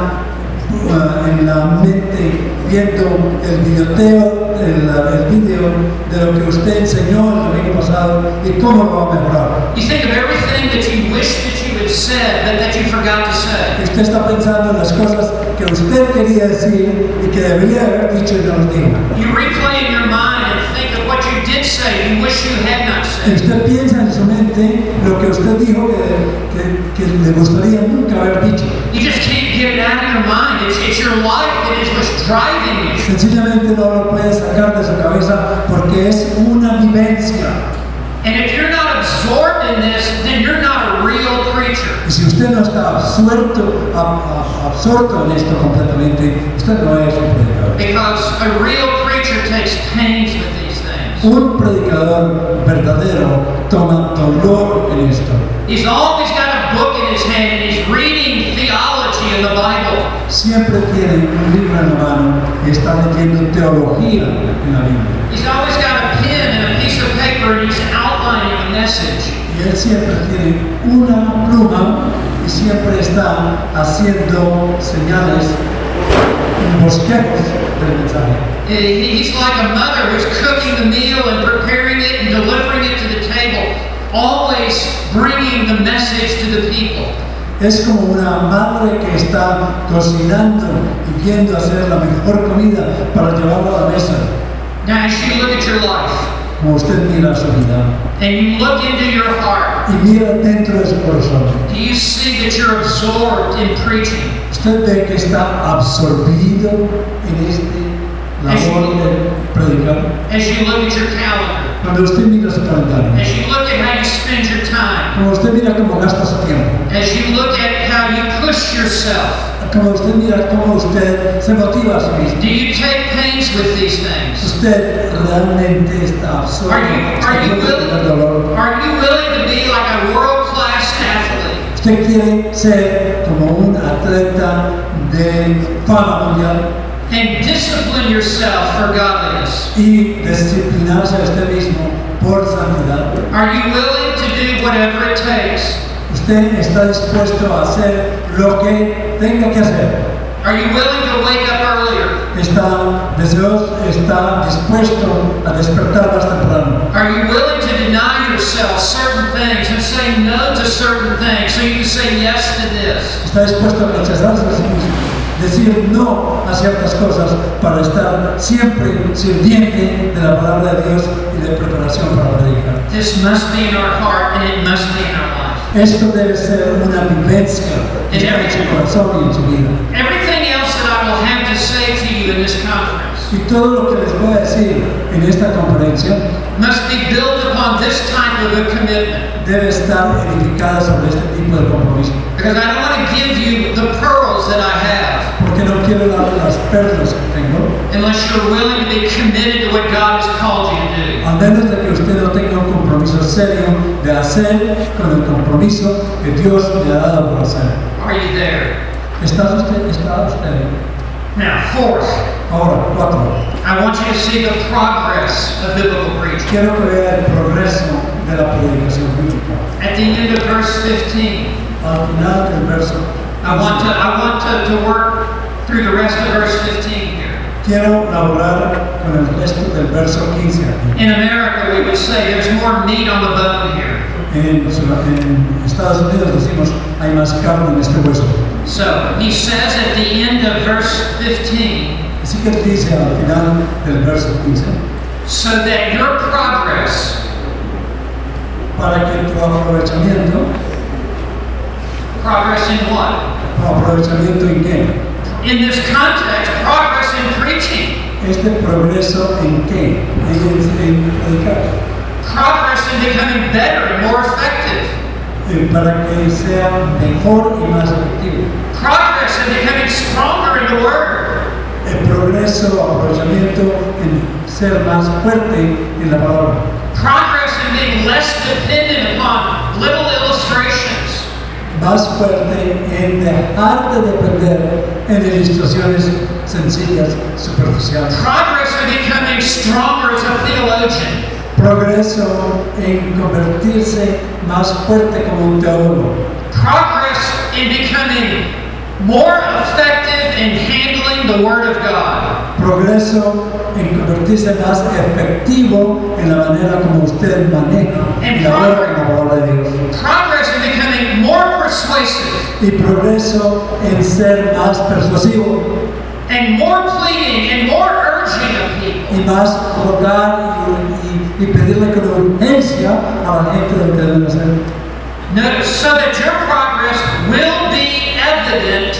A: uh, en la mente viendo el videoteo, el, el video de lo que usted enseñó el domingo pasado y cómo lo va a mejorar.
B: You think of everything that you wish that you had said, but that you forgot to say.
A: Usted está pensando en las cosas que usted quería decir y que debería haber dicho y no lo dijo.
B: You replay in your mind and think of what you did say you wish you had not
A: Y
B: said.
A: usted piensa en su mente lo que usted dijo que, que- que le gustaría nunca haber dicho.
B: You just can't get it out of your mind. It's, it's your life that is what's driving you.
A: Sencillamente no lo puede sacar de su cabeza porque es una vivencia.
B: And if you're not absorbed in this, then you're not a real preacher.
A: Y si usted no está absuelto, ab- ab- absorto en esto completamente, usted no es un predicador.
B: Because a real preacher takes pains with these things.
A: Un predicador verdadero toma dolor en esto.
B: He's always got a book in his hand and he's reading theology in the Bible.
A: Siempre tiene un libro en la mano y está leyendo teología en la Biblia.
B: He's always got a pen and a piece of paper and he's outlining a message.
A: Y él siempre tiene una pluma y siempre está haciendo señales, bosquejos del mensaje.
B: He- He's like a mother who's cooking the meal and preparing it and delivering it to the table, always bringing the message to the people.
A: Es como una madre que está cocinando y viendo hacer la mejor comida para llevarla a la mesa.
B: Now, as you look at your life
A: Como usted mira su vida
B: and you look into your heart,
A: y mira dentro de su corazón,
B: do you see that you're absorbed in preaching?
A: usted ve que está absorbido en este labor de predicar.
B: As you look at your calendar,
A: Cuando usted mira su calendario,
B: as you look at how you spend your time,
A: como usted mira cómo gasta su tiempo,
B: as you look at how you push yourself,
A: como usted mira cómo usted se motiva a sí mismo,
B: do you take pains with these things?
A: usted realmente está este
B: Are
A: absorbido.
B: you, are you
A: Usted puede tener dolor.
B: willing, are you willing to be like a world-class athlete?
A: Usted quiere ser como un atleta de fama mundial
B: and discipline yourself for godliness?
A: y disciplinarse a usted mismo por santidad.
B: Are you willing to do whatever it takes?
A: Usted está dispuesto a hacer lo que tenga que hacer.
B: Are you willing to wake up earlier?
A: Está deseoso, está dispuesto a despertar más temprano.
B: Are you willing to deny yourself certain things and say no to certain things so you can say yes to this?
A: Está dispuesto a rechazarse a sí mismo, decir no a ciertas cosas para estar siempre sirviente de la palabra de Dios y de preparación para la vida.
B: This must be in our heart and it must be in our life.
A: Esto debe ser una vivencia en su corazón y en su vida.
B: Everything else that I will have to say to you in this conference
A: Y todo lo que les voy a decir en esta conferencia
B: must be built upon this type of a commitment
A: debe estar edificada sobre este tipo de compromiso.
B: because I don't want to give you the pearls that I have
A: Porque no quiero dar las perlas que tengo,
B: unless you're willing to be committed to what God has called you to do.
A: a menos de que usted no tenga un compromiso serio de hacer con el compromiso que Dios le ha dado por hacer.
B: Are you there?
A: ¿Está usted? ¿Está usted?
B: Now, fourth,
A: Ahora, cuatro.
B: I want you to see the progress of biblical preaching.
A: Quiero que vea el progreso de la predicación bíblica.
B: At the end of verse 15,
A: Al final del verso,
B: I want to I want to, to work through the rest of verse 15 here.
A: quiero laborar con el resto del verso 15. aquí.
B: In America, we would say there's more meat on the bone here.
A: En, en Estados Unidos decimos, hay más carne en este hueso.
B: So he says at the end of verse 15,
A: Así que él dice al final del verso 15,
B: so that your progress,
A: para que tu aprovechamiento,
B: progress in what?
A: aprovechamiento en qué?
B: In this context, progress in preaching,
A: Este progreso en qué? En, en- en predicar.
B: progress in becoming better and more effective,
A: Eh, Para que sea mejor y más efectivo.
B: progress in becoming stronger in the word.
A: El progreso, aprovechamiento en ser más fuerte en la palabra.
B: Progress in being less dependent upon little illustrations.
A: Más fuerte en dejar de depender en ilustraciones sencillas, superficiales.
B: Progress in becoming stronger as a theologian.
A: Progreso en convertirse más fuerte como un teólogo.
B: Progress in becoming more effective in handling the Word of God.
A: Progreso en convertirse más efectivo en la manera como usted maneja y labora con la palabra de Dios.
B: Progress in becoming more persuasive
A: Y progreso en ser más persuasivo
B: and more pleading and more urging of people.
A: y más rogar y, y- y pedirle con urgencia a la gente lo que deben hacer.
B: Notice, so that your progress will be evident.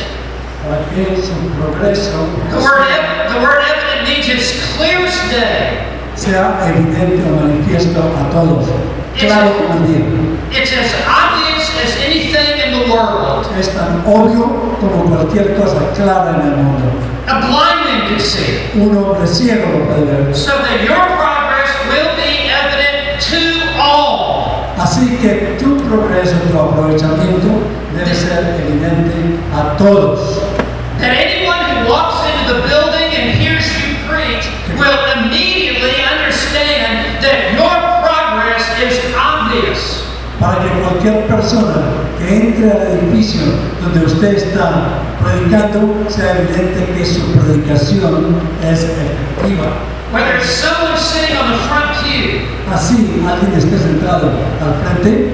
A: Para que su progreso
B: The word, ev- the word evident means it's clear as day.
A: sea evidente o manifiesto a todos. Claro como el día.
B: It's as obvious as anything in the world.
A: Es tan obvio como cualquier cosa clara en el mundo.
B: A blind man can see it.
A: Un hombre ciego lo puede ver.
B: so that your progress will be evident to all.
A: Así que tu progreso, tu aprovechamiento debe ser evidente a todos.
B: That anyone who walks into the building and hears you preach will immediately understand that your progress is obvious.
A: Para que cualquier persona que entre al edificio donde usted está predicando sea evidente que su predicación es efectiva.
B: Whether it's someone sitting on the front pew
A: Así alguien esté sentado al frente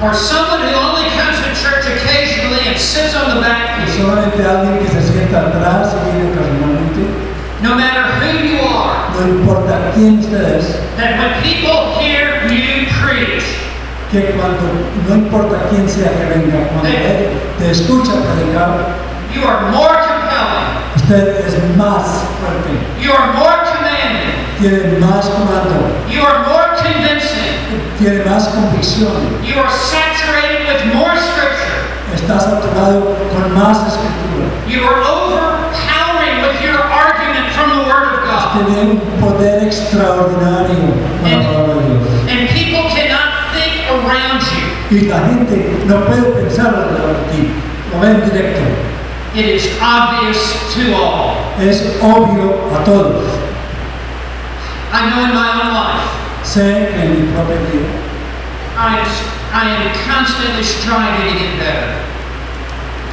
B: or someone who only comes to church occasionally and sits on the back
A: y
B: pew,
A: solamente alguien que se sienta atrás y viene ocasionalmente,
B: no matter who you are,
A: no importa quién usted es,
B: that when people hear you preach,
A: que cuando, no importa quién sea que venga, cuando él te escucha predicar,
B: you are more compelling,
A: usted es más fuerte,
B: you are more commanding,
A: tiene más comando,
B: You are more convincing.
A: tiene más convicción.
B: You are saturated with more scripture.
A: está saturado con más escritura.
B: You are overpowering with your argument from the Word of God.
A: Tiene un poder extraordinario con la palabra de Dios.
B: And people cannot think around you.
A: Y la gente no puede pensar alrededor de ti. Lo ven directo.
B: It is obvious to all.
A: Es obvio a todos.
B: I know in my own life,
A: Sé que en mi propia vida
B: I, I I am constantly striving to get better.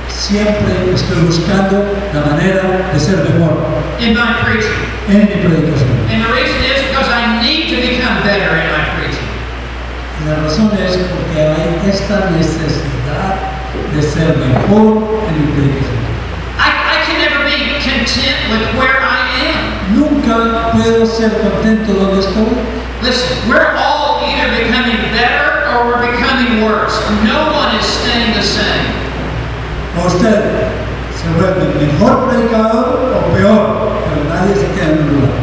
A: Siempre estoy buscando la manera de ser mejor
B: in my preaching.
A: en mi predicación.
B: And the reason is because I need to become better in my preaching.
A: La razón es porque hay esta necesidad de ser mejor en mi predicación.
B: I, I can never be content with where I am.
A: Nunca puedo ser contento donde estoy.
B: Listen, we're all either becoming better or we're becoming worse. No one is staying the same.
A: O usted se vuelve mejor predicador o peor, pero nadie se queda en un lugar.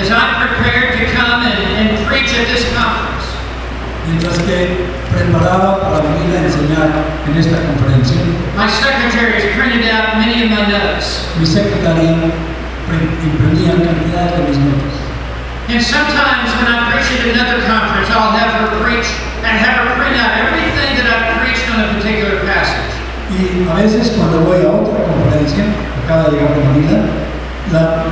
B: As I'm prepared to come and, and preach at this conference,
A: Mientras que preparaba para venir a enseñar en esta conferencia,
B: my secretary has printed out many of my notes.
A: mi secretaria pre- imprimía cantidades de mis notas.
B: And sometimes when I'm preaching at another conference, I'll have her preach and have her print out everything that I've preached on a particular passage.
A: Y a veces cuando voy a otra conferencia, acaba de llegar de Manila, la-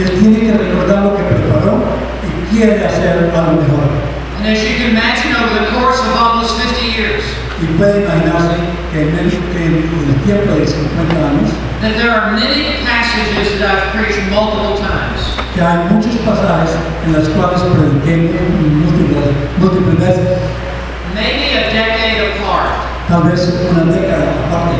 A: él tiene que recordar lo que preparó y quiere hacer algo mejor.
B: And as you can imagine, over the course of almost 50 years,
A: Y puede imaginarse que en el, que en el tiempo de 50 años,
B: that there are many passages that I've preached multiple times.
A: que hay muchos pasajes en los cuales prediqué múltiples, múltiples veces,
B: maybe a decade apart.
A: tal vez una década aparte.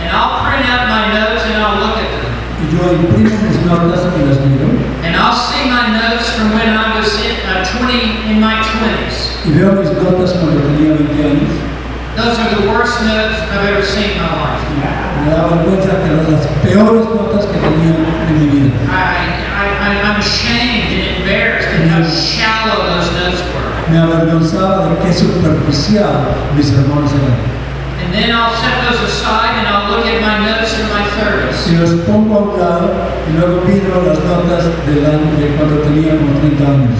B: And I'll print out my notes and I'll look at them.
A: Y yo imprimo mis notas y las miro,
B: And I'll see my notes from when I was in, uh, 20, in my 20s.
A: y veo mis notas cuando tenía 20 años.
B: Those are the worst notes I've ever seen in my life.
A: Me da vergüenza que eran las peores notas que tenía en mi vida.
B: I, I, I, I'm ashamed and embarrassed at how shallow those notes were.
A: Me avergonzaba de qué superficial mis hermanos eran.
B: And then I'll set those aside and I'll look at my notes from my 30s.
A: Si los pongo a un lado y luego miro las notas del año- de cuando tenía como 30 años.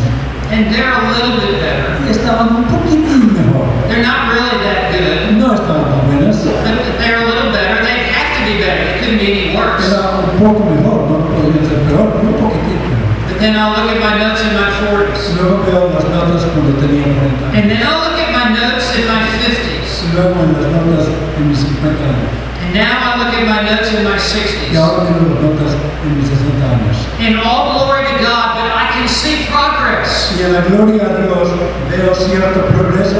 B: And they're a little bit better.
A: estaban un poquitín mejor.
B: They're not really that good,
A: No estaban tan buenas,
B: but they're a little better. They have to be better. They couldn't be any worse.
A: era un poco mejor, no podían ser peor, un poquitín mejor.
B: But then I'll look at my notes in my 40s.
A: Luego veo las notas cuando tenía 40 años.
B: And then I'll look at my notes in my 50s.
A: Y Luego en las notas en mis 50 años.
B: And now I look at my notes in my
A: Y
B: 60s.
A: ahora veo las notas en mis 60 años.
B: And all glory to God, but I can see progress.
A: Y a la gloria a Dios veo cierto progreso.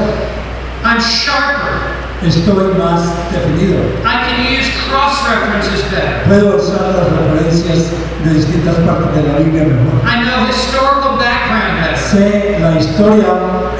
B: I'm sharper.
A: Estoy más definido.
B: I can use cross references better.
A: Puedo usar las referencias de distintas partes de la Biblia mejor.
B: I know historical background better.
A: Sé la historia,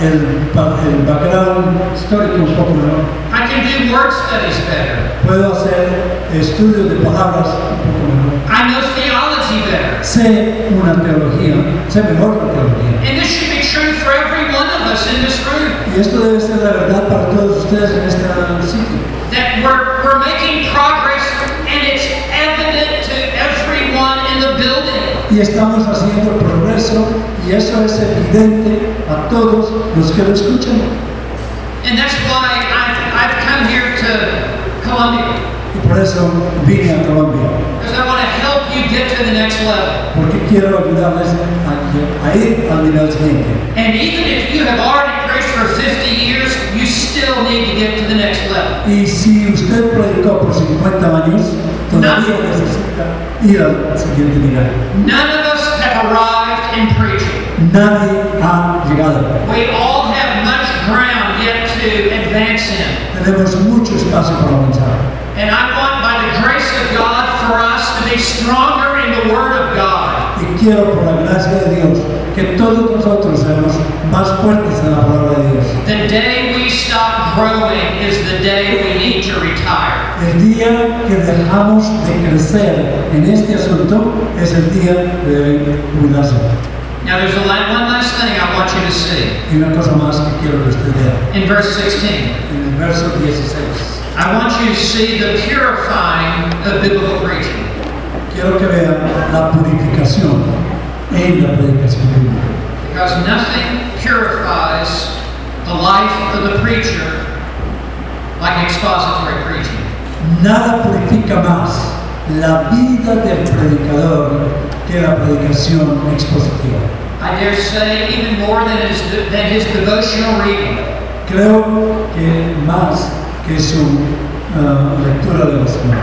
A: el, pa- el background histórico un poco mejor.
B: I can do word studies better.
A: Puedo hacer estudios de palabras un poco mejor.
B: I know theology better.
A: Sé una teología, sé mejor la teología.
B: And this should be true for every one of us in this room.
A: Y esto debe ser la verdad para todos ustedes en este sitio.
B: That we're, we're making progress and it's evident to everyone in the building.
A: Y estamos haciendo progreso y eso es evidente a todos los que lo escuchan.
B: And that's why I've, I've come here to Columbia,
A: Y por eso vine a Colombia,
B: because I want to help you get to the next level.
A: porque quiero ayudarles a, a ir al nivel siguiente.
B: And even if you have already preached for 50 years, you still need to get to the next level.
A: Y si usted predicó por 50 años, todavía necesita ir al siguiente nivel.
B: None of us have arrived in preaching.
A: Nadie ha llegado.
B: We all have much ground yet to advance in.
A: Tenemos mucho espacio para avanzar.
B: And I want, by the grace of God, for us to be stronger in the Word of God.
A: Y quiero, por la gracia de Dios, que todos nosotros seamos más fuertes en la palabra de Dios.
B: The day we stop growing is the day we need to retire.
A: El día que dejamos de crecer en este asunto es el día de cuidarse.
B: Now, there's a la- one last thing I want you to see.
A: Y una cosa más que quiero que usted vea.
B: In verse 16,
A: En el verso 16.
B: I want you to see the purifying of biblical preaching.
A: Quiero que vean la purificación en la predicación bíblica.
B: Because nothing purifies the life of the preacher like expository preaching.
A: Nada purifica más la vida del predicador que la predicación expositiva.
B: I dare say, even more than his, than his devotional reading.
A: creo que más que su ah, lectura de los demás.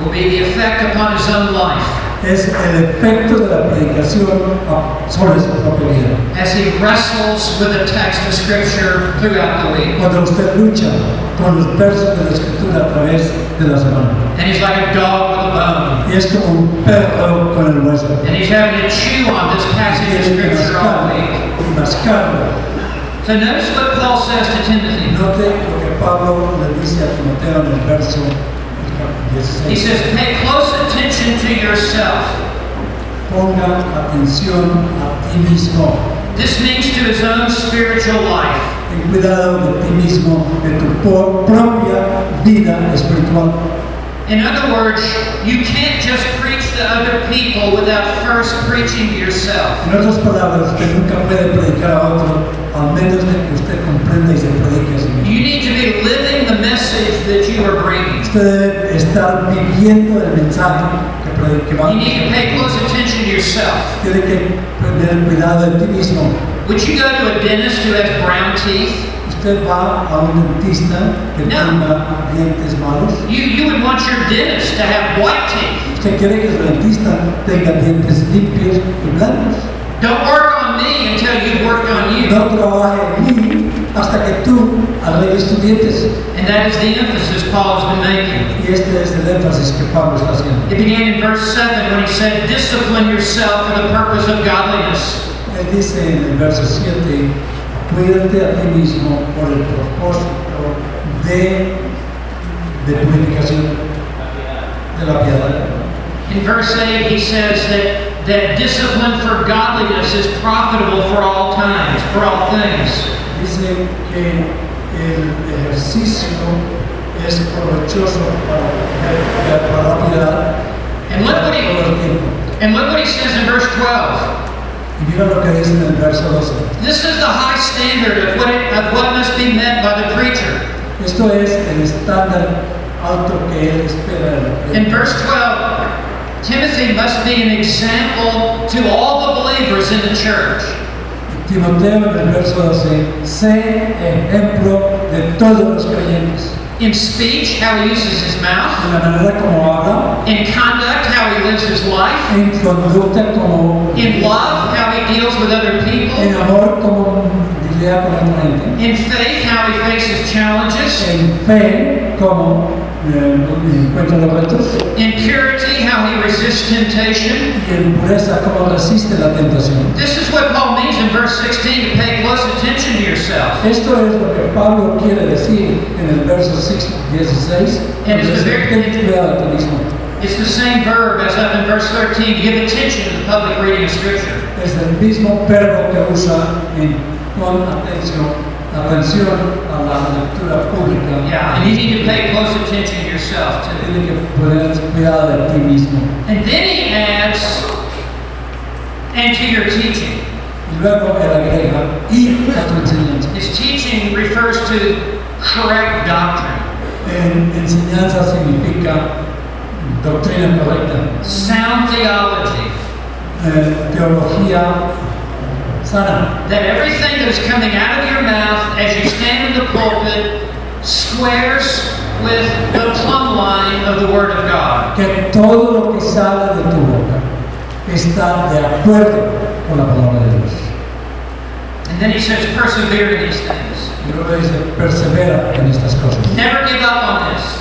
B: will be the effect upon his own life
A: Es el efecto de la predicación ah, sobre su propia vida.
B: as he wrestles with the text of Scripture throughout the week.
A: Cuando usted lucha con los versos de la escritura a través de la semana.
B: And he's like a dog with a bone.
A: Y es como un perro con el hueso.
B: And he's having to chew on this passage of
A: Tiene que
B: Scripture all
A: mascarlo,
B: week.
A: mascarlo.
B: So notice what Paul says to Timothy.
A: Note lo que Pablo le dice a Timoteo en el verso 16.
B: He says, pay close attention to yourself.
A: Ponga atención a ti mismo.
B: This means to his own spiritual life.
A: Ten cuidado de ti mismo, de tu po- propia vida espiritual.
B: In other words, you can't just preach to other people without first preaching to yourself.
A: En otras palabras, usted nunca puede predicar a otro a menos de que usted comprenda y se predique a sí mismo.
B: You need to be living the message that you are bringing.
A: Usted debe estar viviendo el mensaje que, pre- que va.
B: You need to pay close attention to yourself.
A: Tiene que tener cuidado de ti mismo.
B: Would you go to a dentist who has brown teeth?
A: Usted va a un dentista que
B: No.
A: tenga dientes malos.
B: You, you would want your dentist to have white teeth.
A: Usted quiere que el dentista tenga dientes limpios y blancos.
B: Don't work on me until you've worked on you.
A: No trabaje en mí hasta que tú arregles tus dientes.
B: And that is the emphasis Paul has been making.
A: Y este es el énfasis que Pablo está haciendo.
B: It began in verse 7 when he said, Discipline yourself for the purpose of godliness.
A: Él dice en el verso 7, cuídate a ti mismo por el propósito de, de purificación de la piedad.
B: In verse 8, he says that, that discipline for godliness is profitable for all times, for all things.
A: Dice que el ejercicio es provechoso para, para la piedad
B: And look what
A: todo
B: he
A: el tiempo.
B: and look what he says in verse 12.
A: Y mira lo que dice en el verso 12.
B: This is the high standard of what, it, of what must be met by the preacher.
A: Esto es el estándar alto que él espera.
B: In verse 12, Timothy must be an example to all the believers in the church.
A: Timoteo en el verso 12, sé ejemplo de todos los creyentes.
B: In speech, how he uses his mouth.
A: En la manera como habla,
B: in conduct, how he lives his life,
A: en conducta como...
B: in love, how he deals with other
A: En
B: people,
A: amor como diría con la gente.
B: in faith, how he faces challenges,
A: En fe como eh, encuentra los retos.
B: in purity, how he resists temptation.
A: Y en pureza como resiste la tentación.
B: This is what Paul means in verse 16 to pay close attention to yourself.
A: Esto es lo que Pablo quiere decir en el verso 6, 16.
B: En el
A: Entonces,
B: primer-
A: ten cuidado de ti mismo.
B: It's the same verb as up in verse 13 to give attention to the public reading of Scripture.
A: es el mismo verbo que usa en con atención, atención a la lectura pública.
B: Yeah, and you need to pay close attention to yourself too.
A: Tiene que poner cuidado de ti mismo.
B: And then he adds, and to your teaching.
A: Y luego él agrega, y a tu enseñanza.
B: His teaching refers to correct doctrine,
A: En- enseñanza significa doctrina correcta,
B: sound theology,
A: eh, teología sana.
B: that everything that is coming out of your mouth as you stand in the pulpit squares with the plumb line of the Word of God.
A: Que todo lo que sale de tu boca está de acuerdo con la palabra de Dios.
B: And then he says, persevere in these things.
A: Y luego dice, persevera en estas cosas.
B: Never give up on this.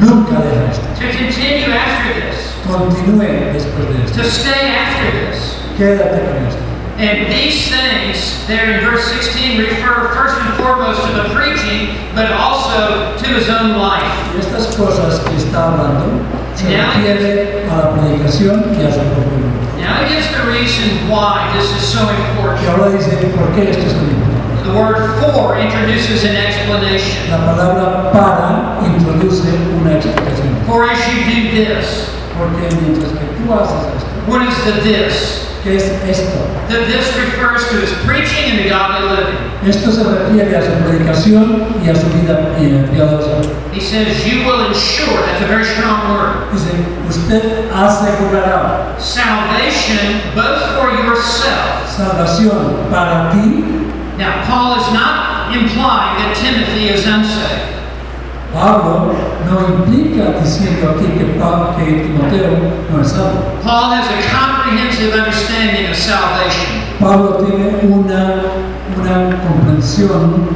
A: Nunca deja esto.
B: To continue after this.
A: Continúe después de esto.
B: To stay after this.
A: Quédate con esto.
B: And these things, there in verse 16, refer first and foremost to the preaching, but also to his own life.
A: Y estas cosas que está hablando se refiere a la predicación y a su propio mundo.
B: Now he gives the reason why this is so
A: Y
B: important.
A: ahora dice, ¿por qué esto es tan importante?
B: The word for introduces an explanation.
A: La palabra para introduce una explicación.
B: For as you do this,
A: Porque mientras que tú haces esto,
B: what is the this?
A: ¿qué es esto?
B: The this refers to his preaching and the godly living.
A: Esto se refiere a su predicación y a su vida eh, piadosa.
B: He says, You will ensure, that's a very strong word,
A: Dice, usted asegurará
B: salvation both for yourself.
A: salvación para ti
B: Now, Paul is not implying that Timothy is unsaved.
A: Pablo no implica diciendo aquí que, Pablo, que Timoteo no es salvo.
B: Paul has a comprehensive understanding of salvation.
A: Pablo tiene una, una comprensión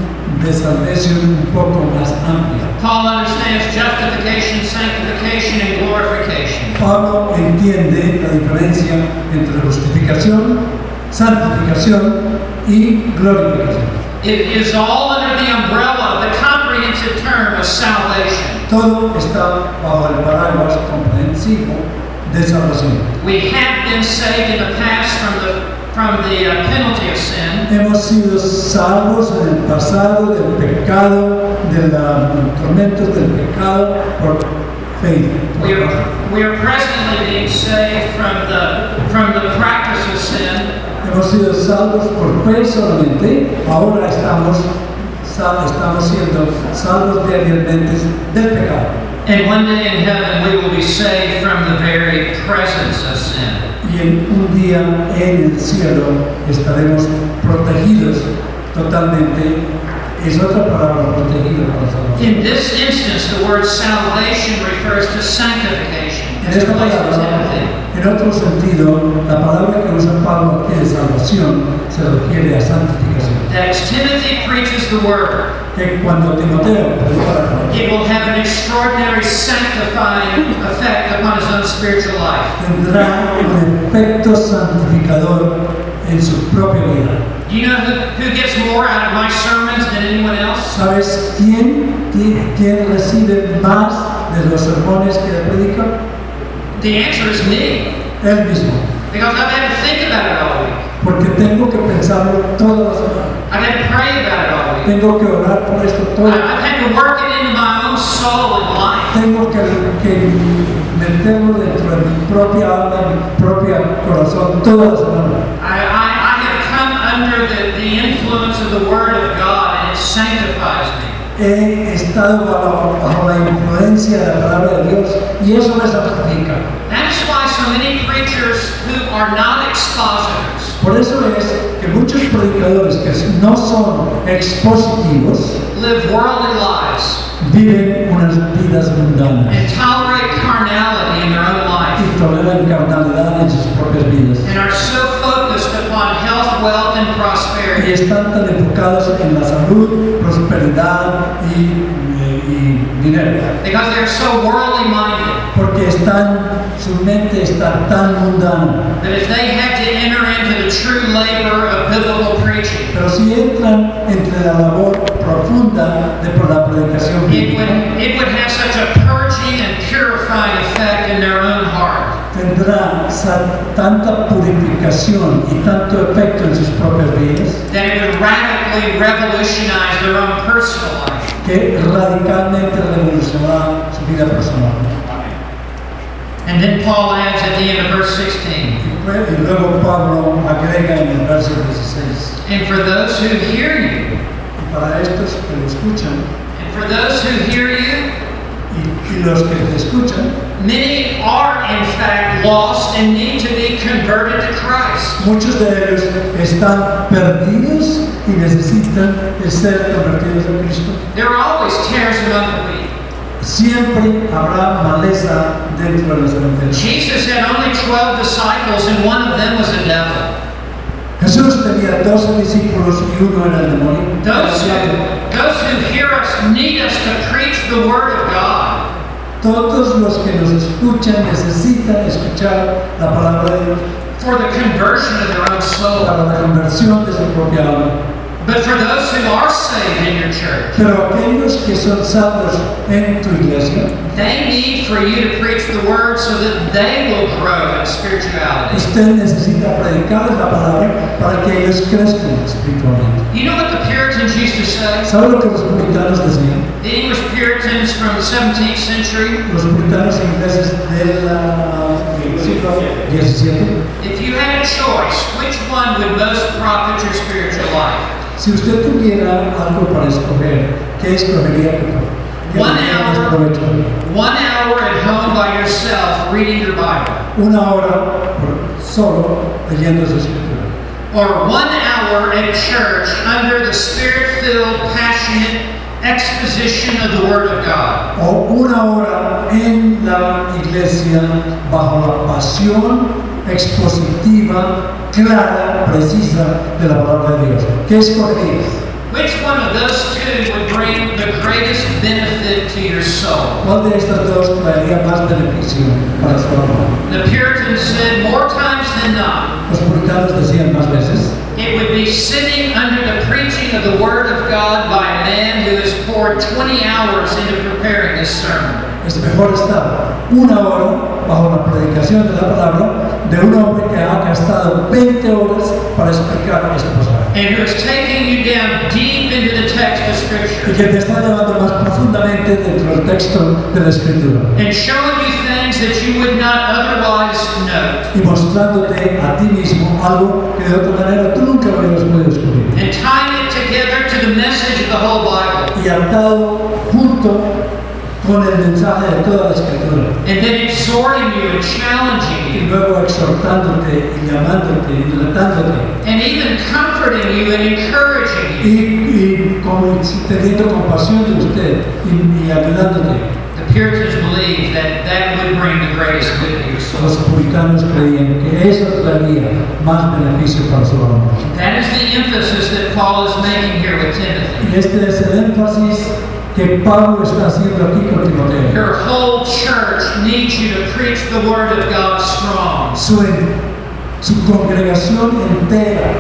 A: de salvación un poco más amplia.
B: Paul understands justification, sanctification, and glorification.
A: Pablo entiende la diferencia entre justificación, santificación y glorificación.
B: It is all under the umbrella of the comprehensive term of salvation.
A: Todo está bajo el paraguas comprensivo de salvación.
B: We have been saved in the past from the, from the uh, penalty of sin,
A: Hemos sido salvos en el pasado del pecado, de la- de los tormentos del pecado por fe.
B: We are, we are presently being saved from the, from the practice of sin,
A: Hemos sido salvos por fe solamente, ahora estamos, sal- estamos siendo salvos diariamente del pecado.
B: and one day in heaven we will be saved from the very presence of sin.
A: Y en un día en el cielo estaremos protegidos totalmente. Es otra palabra, protegido por favor.
B: In this instance, the word salvation refers to sanctification.
A: En
B: It's
A: esta
B: the place of
A: palabra,
B: Timothy.
A: en otro sentido, la palabra que usa Pablo aquí de salvación se refiere a santificación.
B: That as Timothy preaches the word,
A: Que cuando Timoteo predicó la palabra,
B: it will have an extraordinary sanctifying effect upon his own spiritual life.
A: tendrá un efecto santificador en su propia vida.
B: Do you know who, who gets more out of my sermons than anyone else?
A: ¿Sabes quién, quién, quién recibe más de los sermones que predica?
B: The answer is me.
A: Él mismo.
B: Because I've had to think about it all week.
A: Porque tengo que pensarlo toda la semana.
B: I've had to pray about it all week.
A: Tengo que orar por esto todo.
B: I- I've had to work it into my own soul and life.
A: tengo que, que meterlo dentro de mi propia alma, mi propio corazón, toda la semana.
B: I, I, I have come under the, the influence of the Word of God and it sanctifies me.
A: He estado bajo, bajo la influencia de la palabra de Dios y eso me santifica.
B: That's why so many preachers who are not expositors
A: Por eso es que muchos predicadores que no son expositivos
B: live worldly lives
A: viven unas vidas mundanas
B: and tolerate carnality in their own life
A: y toleran carnalidad en sus propias vidas.
B: and are so focused upon health, wealth, and
A: Y
B: prosperity
A: están tan enfocados en la salud, prosperidad eh, y- y dinero.
B: because they're so worldly minded
A: porque están, su mente está tan mundana.
B: that if they had to enter into the true labor of biblical preaching,
A: Pero si entran entre la labor profunda de por la predicación
B: It would,
A: bíblica,
B: it would have such a purging and purifying effect in their own heart
A: tendrá sa- tanta purificación y tanto efecto en sus propias vidas
B: that it would radically revolutionize their own personal life.
A: que radicalmente revolucionará su vida personal.
B: And then Paul adds at the end of verse 16,
A: Y fue- Y luego Pablo agrega en el verso 16,
B: and for those who hear you,
A: y para estos que lo escuchan
B: and for those who hear you,
A: y, y los que te escuchan,
B: many are in fact lost and need to be converted to Christ.
A: Muchos de ellos están perdidos y necesitan de ser convertidos a Cristo.
B: There are always tears among the wheat.
A: Siempre habrá maleza dentro de los evangelios.
B: Jesus had only 12 disciples, and one of them was a devil.
A: Jesús tenía 12 discípulos y uno era el demonio.
B: Those who, those who hear us need us to preach the Word of God.
A: Todos los que nos escuchan necesitan escuchar la palabra de Dios
B: For the conversion of their own soul.
A: para la conversión de su propia alma.
B: But for those who are saved in your church,
A: Pero aquellos que son salvos en tu iglesia,
B: they need for you to preach the Word so that they will grow in spirituality.
A: usted necesita predicar la palabra para que ellos crezcan espiritualmente.
B: You know what the Puritans used to say?
A: ¿Sabe lo que los puritanos decían?
B: The English Puritans from the 17th century.
A: Los puritanos ingleses de la- del siglo XVII.
B: If you had a choice, which one would most profit your spiritual life?
A: Si usted tuviera algo para escoger, ¿qué escogería? que- que
B: One
A: le diera
B: hour.
A: más provecho?
B: One hour at home by yourself reading your Bible.
A: Una hora por- solo leyendo su escritura.
B: or one hour hour at church under the spirit filled, passionate exposition of the Word of God.
A: o una hora en la iglesia bajo la pasión expositiva, clara, precisa de la palabra de Dios. ¿Qué escogéis?
B: Which one of those two would bring the greatest benefit to your soul?
A: ¿Cuál de estas dos traería más beneficio para su alma?
B: The Puritans said more times than not,
A: Los puritanos decían más veces,
B: it would be sitting under the preaching of the Word of God by a man who has poured 20 hours into preparing this sermon.
A: es mejor estar una hora bajo la predicación de la palabra de un hombre que ha gastado 20 horas para explicar esta cosa
B: And who is taking you down deep into the text of
A: y
B: Scripture
A: que te está llevando más profundamente dentro del texto de la escritura.
B: and showing you things that you would not otherwise know.
A: y mostrándote a ti mismo algo que de otra manera tú nunca lo hubieras podido descubrir.
B: And tying it together to the message of the whole Bible.
A: Y atado junto con el mensaje de toda la escritura.
B: And then exhorting you and challenging you.
A: Y luego exhortándote y llamándote y tratándote.
B: and even comforting you and encouraging
A: Y,
B: you.
A: y como teniendo compasión de usted y, y ayudándote.
B: The Puritans believed that that would bring the greatest good to your soul.
A: Los puritanos creían que eso traería más beneficio para su alma.
B: That is the emphasis that Paul is making here with Timothy.
A: Y este es el énfasis que Pablo está haciendo aquí con Timoteo.
B: Your whole church needs you to preach the word of God strong.
A: su, su congregación entera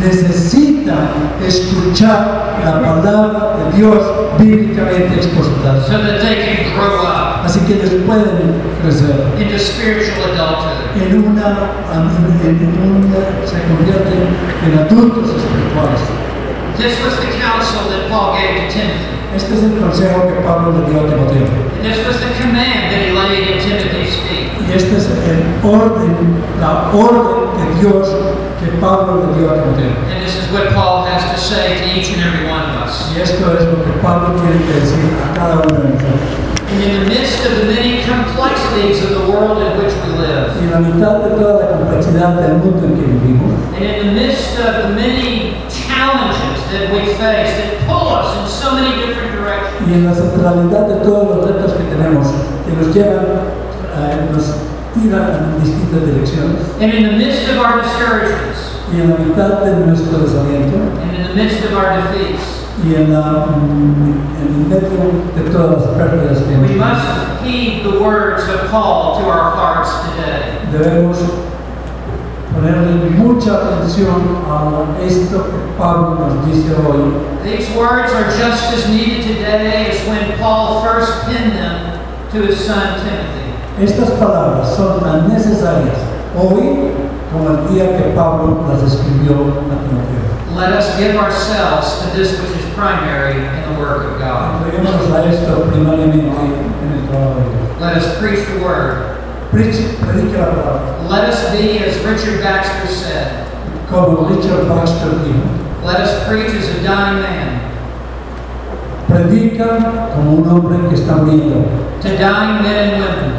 A: necesita escuchar la palabra de Dios bíblicamente expuesta,
B: So that they can grow up
A: así que ellos pueden crecer
B: into spiritual adulthood.
A: en una, en, en una se convierten en adultos espirituales.
B: This was the counsel that Paul gave to Timothy.
A: Este es el consejo que Pablo le dio a Timoteo
B: And this was the command that he laid at Timothy's feet.
A: y este es el orden, la orden de Dios que Pablo le dio a Timoteo.
B: And this is what Paul has to say to each and every one of us.
A: Y esto es lo que Pablo tiene que decir a cada uno de nosotros.
B: And in the midst of the many complexities of the world in which we live,
A: Y en la mitad de toda la complejidad del mundo en que vivimos,
B: and in the midst of the many challenges that we face that pull us in so many different directions,
A: y en la centralidad de todos los retos que tenemos, que nos llevan, eh, nos tiran en distintas direcciones,
B: and in the midst of our discouragements,
A: y en la mitad de nuestro desaliento,
B: and in the midst of our defeats,
A: y en, la, mm, en el medio de todas las pérdidas que
B: we
A: hemos tenido,
B: must heed the words of Paul to our hearts today.
A: debemos ponerle mucha atención a esto que Pablo nos dice hoy.
B: These words are just as needed today as when Paul first penned them to his son Timothy.
A: Estas palabras son tan necesarias hoy como el día que Pablo las escribió a Timoteo.
B: Let us give ourselves to this which is primary in the work of God.
A: Entreguémonos a esto primariamente en el trabajo de Dios.
B: Let us preach the word.
A: Predica predique la palabra.
B: Let us be, as Richard Baxter said,
A: Como Richard Baxter dijo,
B: let us preach as a dying man,
A: predica como un hombre que está muriendo
B: to dying men and women,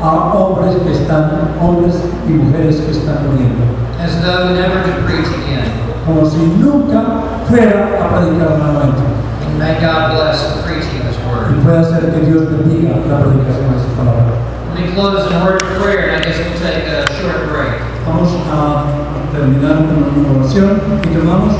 A: a hombres que están, hombres y mujeres que están muriendo,
B: as though never to preach again.
A: como si nunca fuera a predicar nuevamente.
B: And may God bless the preaching of his word.
A: Y puede hacer que Dios bendiga la predicación de su palabra.
B: Let me close in a word of prayer, and I guess we'll take a short break.
A: Vamos a terminar con una oración y tomamos.